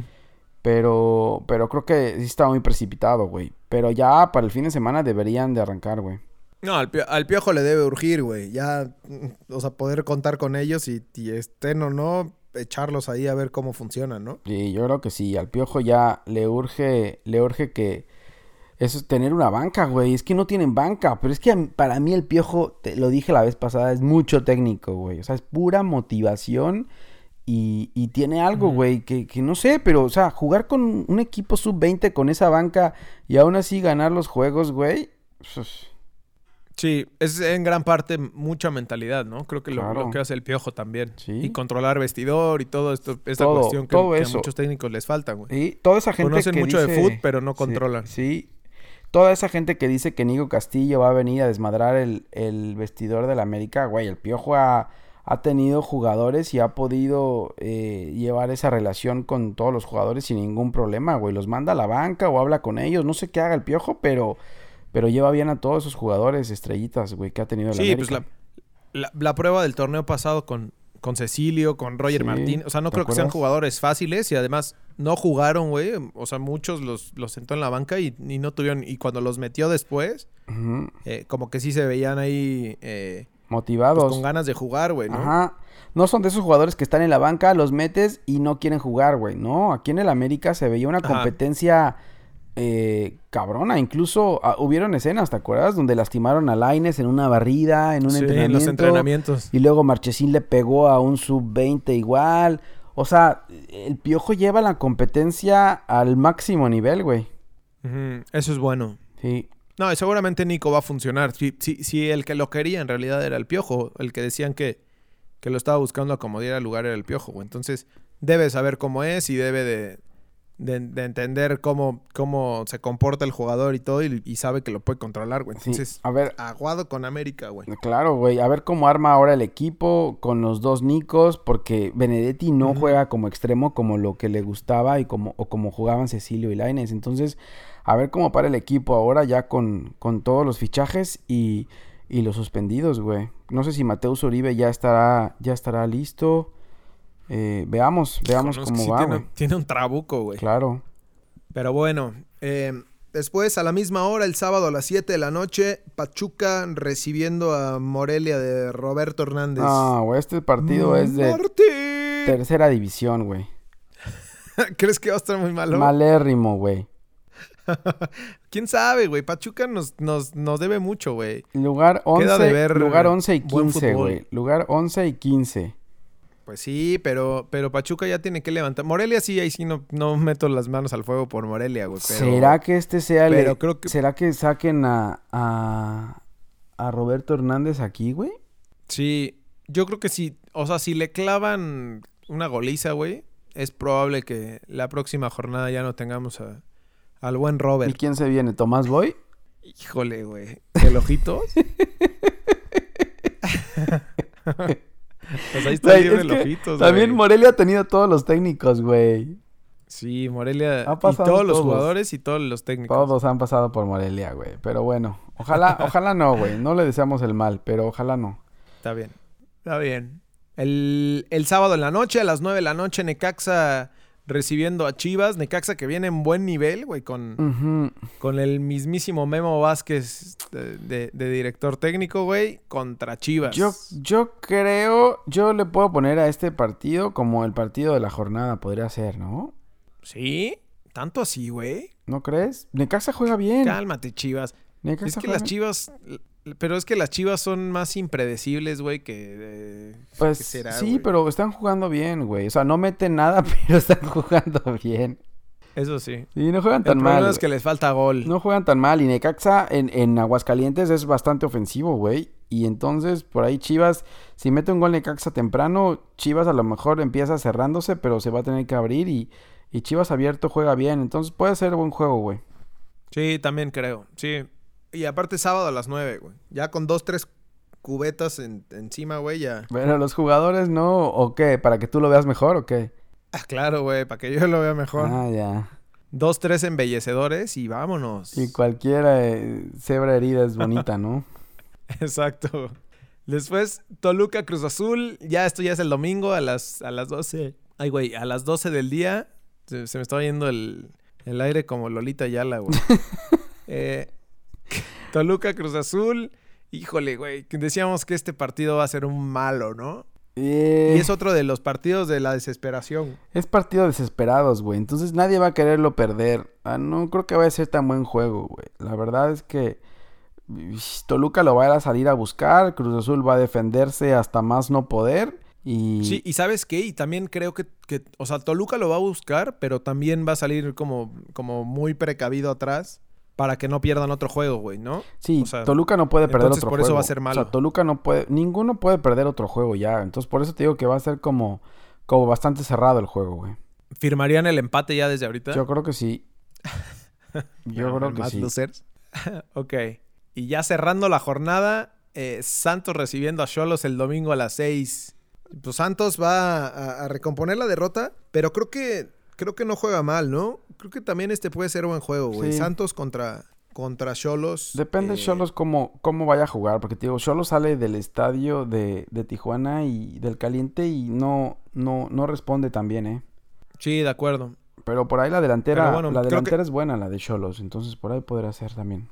pero, pero creo que sí estaba muy precipitado, güey. Pero ya para el fin de semana deberían de arrancar, güey. No, al, pio- al piojo le debe urgir, güey. Ya, mm, o sea, poder contar con ellos y, y estén o no, echarlos ahí a ver cómo funcionan, ¿no? Y yo creo que sí, al Piojo ya le urge, le urge que eso es tener una banca, güey. Es que no tienen banca, pero es que a mí- para mí el Piojo, te lo dije la vez pasada, es mucho técnico, güey. O sea, es pura motivación y, y tiene algo, güey, que, que no sé, pero, o sea, jugar con un equipo sub-20 con esa banca y aún así ganar los juegos, güey. pues, Sí, es en gran parte mucha mentalidad, ¿no? Creo que lo, Claro. lo que hace el piojo también. Sí. Y controlar vestidor y todo esto, esta Todo, cuestión que, todo que a eso. muchos técnicos les falta, güey. Y toda esa gente Conocen que mucho de dice- fútbol, pero no Sí, controlan. Sí, Toda esa gente que dice que Nico Castillo va a venir a desmadrar el, el vestidor del América, güey, el Piojo ha, ha tenido jugadores y ha podido eh, llevar esa relación con todos los jugadores sin ningún problema, güey. Los manda a la banca o habla con ellos, no sé qué haga el Piojo, pero, pero lleva bien a todos esos jugadores estrellitas, güey, que ha tenido el Sí, pues América. la, la- la prueba del torneo pasado con, con Cecilio, con Roger Sí, Martín. O sea, no ¿te creo que sean acuerdas? jugadores fáciles y además no jugaron, güey. O sea, muchos los, los sentó en la banca y, y no tuvieron. Y cuando los metió después, Ujú. eh, como que sí se veían ahí eh, pues, Motivados. con ganas de jugar, güey, ¿no? Ajá. No son de esos jugadores que están en la banca, los metes y no quieren jugar, güey. No, aquí en el América se veía una Ajá. competencia eh, cabrona. Incluso ah, hubieron escenas, ¿te acuerdas? Donde lastimaron a Laines en una barrida, en un Sí, entrenamiento. en los entrenamientos. Y luego Marchesín le pegó a un sub-20 igual. O sea, el Piojo lleva la competencia al máximo nivel, güey. Ujú, Eso es bueno. Sí. No, y seguramente Nico va a funcionar. Si, si, si el que lo quería en realidad era el piojo, el que decían que, que lo estaba buscando como diera lugar era el piojo. güey. Entonces, debe saber cómo es y debe de, de- de entender cómo, cómo se comporta el jugador y todo, y, y sabe que lo puede controlar, güey. Sí. Entonces, A ver, aguado con América, güey. Claro, güey. A ver cómo arma ahora el equipo con los dos Nicos, porque Benedetti no Ujú. juega como extremo como lo que le gustaba y como, o como jugaban Cecilio y Laines. Entonces, a ver cómo para el equipo ahora ya con, con todos los fichajes y, y los suspendidos, güey. No sé si Mateus Uribe ya estará, ya estará listo. Eh, veamos, veamos Conozco- cómo sí va, tiene, güey. tiene un trabuco, güey. Claro. Pero bueno, eh, después a la misma hora, el sábado a las 7 de la noche, Pachuca recibiendo a Morelia de Roberto Hernández. No, güey, este partido es de Martín. tercera división, güey. ¿Crees que va a estar muy malo? Malérrimo, güey. ¿Quién sabe, güey? Pachuca nos, nos, nos debe mucho, güey. Lugar 11, Queda de ver lugar 11 y buen 15, fútbol. güey. Lugar 11 y 15. Pues sí, pero, pero Pachuca ya tiene que levantar. Morelia sí, ahí sí no, no meto las manos al fuego por Morelia, güey. Pues, Pero... ¿Será que este sea el... pero creo que- ¿Será que saquen a, a, a Roberto Hernández aquí, güey? Sí, yo creo que sí. O sea, si le clavan una goliza, güey, es probable que la próxima jornada ya no tengamos a- al buen ¿Y Robert. quién se viene? ¿Tomás Boy? Híjole, güey. ¿El ojito? pues ahí está Güey, libre es el que ojitos, También Pues, güey. Morelia ha tenido todos los técnicos, güey. Sí, Morelia. Ha y todos, pasado los todos. jugadores y todos los técnicos. Todos han pasado por Morelia, güey. Pero bueno, ojalá, ojalá no, güey. No le deseamos el mal, pero ojalá no. Está bien. Está bien. El, el sábado en la noche, a las 9 de la noche, Necaxa recibiendo a Chivas. Necaxa que viene en buen nivel, güey, con, Ujú. con el mismísimo Memo Vázquez de, de- de director técnico, güey, contra Chivas. Yo, yo creo, yo le puedo poner a este partido como el partido de la jornada, podría ser, ¿no? ¿Sí? ¿Tanto así, güey? ¿No crees? Necaxa juega bien. Cálmate, Chivas. Necaxa Es que juega las bien. Chivas... Pero es que las Chivas son más impredecibles, güey, que... eh, Pues ¿qué será, sí, güey? pero están jugando bien, güey. O sea, no meten nada, pero están jugando bien. Eso sí. Y no juegan El tan problema mal. es que les falta gol. güey. No juegan tan mal. Y Necaxa en, en Aguascalientes es bastante ofensivo, güey. Y entonces, por ahí Chivas, si mete un gol Necaxa temprano, Chivas a lo mejor empieza cerrándose, pero se va a tener que abrir. Y, y Chivas abierto juega bien. Entonces puede ser buen juego, güey. Sí, también creo. Sí. Y aparte sábado a las 9, güey. Ya con dos, tres cubetas en- encima, güey, ya. Pero los jugadores no, ¿o qué? ¿Para que tú lo veas mejor o qué? Ah, claro, güey, para que yo lo vea mejor. Ah, ya. dos, tres embellecedores y vámonos. Y cualquiera eh, cebra herida es bonita, ¿no? Exacto. Después, Toluca Cruz Azul. Ya esto ya es el domingo a las, a las 12. Ay, güey, a las 12 del día. Se, se me está yendo el, el aire como Lolita Yala, güey. Eh, Toluca Cruz Azul. Híjole, güey. que Decíamos que este partido va a ser un malo, ¿no? Eh, Y es otro de los partidos de la desesperación. Es partido desesperados, güey. Entonces nadie va a quererlo perder. Ah, no creo que vaya a ser tan buen juego, güey. La verdad es que ish, Toluca lo va a ir a salir a buscar. Cruz Azul va a defenderse hasta más no poder. Y Sí, y ¿sabes qué? Y también creo que, que, o sea, Toluca lo va a buscar, pero también va a salir como, como muy precavido atrás para que no pierdan otro juego, güey, ¿no? Sí, O sea, Toluca no puede perder entonces otro por juego. eso va a ser malo. O sea, Toluca no puede, ninguno puede perder otro juego ya. Entonces por eso te digo que va a ser como, como bastante cerrado el juego, güey. ¿Firmarían el empate ya desde ahorita? Yo creo que sí. Yo Ya, creo que ¿Eh? más sí. losers. ok. Y ya cerrando la jornada, eh, Santos recibiendo a Cholos el domingo a las 6. Pues Santos va a, a recomponer la derrota, pero creo que creo que no juega mal, ¿no? Creo que también este puede ser buen juego, güey. Sí. Santos contra contra Cholos. Depende eh, Cholos cómo, cómo vaya a jugar, porque te digo, Cholos sale del estadio de, de Tijuana y del caliente y no, no, no responde tan bien, eh. Sí, de acuerdo. Pero por ahí la delantera, Pero bueno, la creo que- delantera es buena, la de Cholos, entonces por ahí podrá ser también.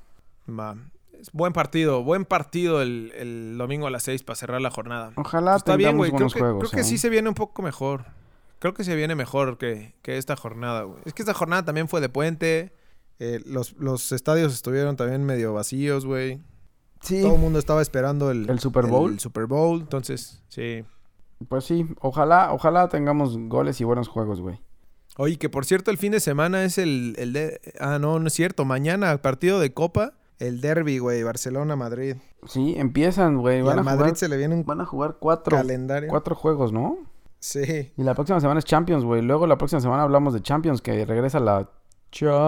Va. Es buen partido, buen partido el, el domingo a las 6 para cerrar la jornada. Ojalá Pues está bien, güey. tengamos Creo, Ah, buenos que, juegos. creo que ¿eh? sí se viene un poco mejor. Creo que se viene mejor que, que esta jornada, güey. Es que esta jornada también fue de puente. eh, los, los estadios estuvieron también medio vacíos, güey. Sí, Todo el mundo estaba esperando el, ¿El Super Bowl? el Super Bowl. Entonces, sí. Pues sí, ojalá, ojalá tengamos goles y buenos juegos, güey. Oye, que por cierto, el fin de semana es el, el de- Ah, no, no es cierto. Mañana, partido de Copa, el derby, güey. Barcelona-Madrid. Sí, empiezan, güey. Y Van, a a Madrid jugar- se le viene un van a jugar cuatro, calendario. cuatro juegos, ¿no? Sí. Y la próxima semana es Champions, güey. Luego la próxima semana hablamos de Champions, que regresa la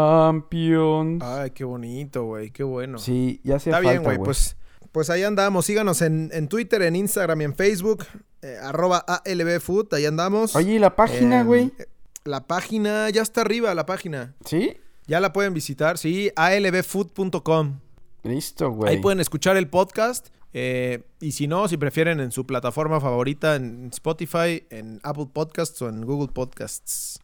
Champions. Ay, qué bonito, güey. Qué bueno. Sí, ya hacía Está falta, bien, güey. Pues, pues ahí andamos. Síganos en, en Twitter, en Instagram y en Facebook. eh, arroba ALBFood. Ahí andamos. Oye, ¿y la página, Em, güey? eh, La página ya está arriba, la página. ¿Sí? Ya la pueden visitar, sí, albfood.com. Listo, güey. Ahí pueden escuchar el podcast. eh, y si no, si prefieren en su plataforma favorita, en Spotify, en Apple Podcasts o en Google Podcasts.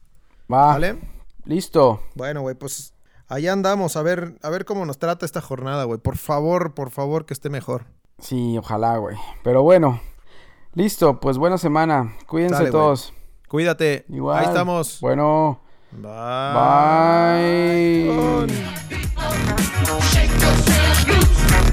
Va, ¿Vale? listo. Bueno, güey, pues allá andamos a ver, a ver cómo nos trata esta jornada, güey. Por favor, por favor, que esté mejor. Sí, ojalá, güey. Pero bueno, listo. Pues buena semana. Cuídense Dale, güey. todos. Cuídate. Igual. Ahí estamos. Bueno, Bye. bye. Shake those hips,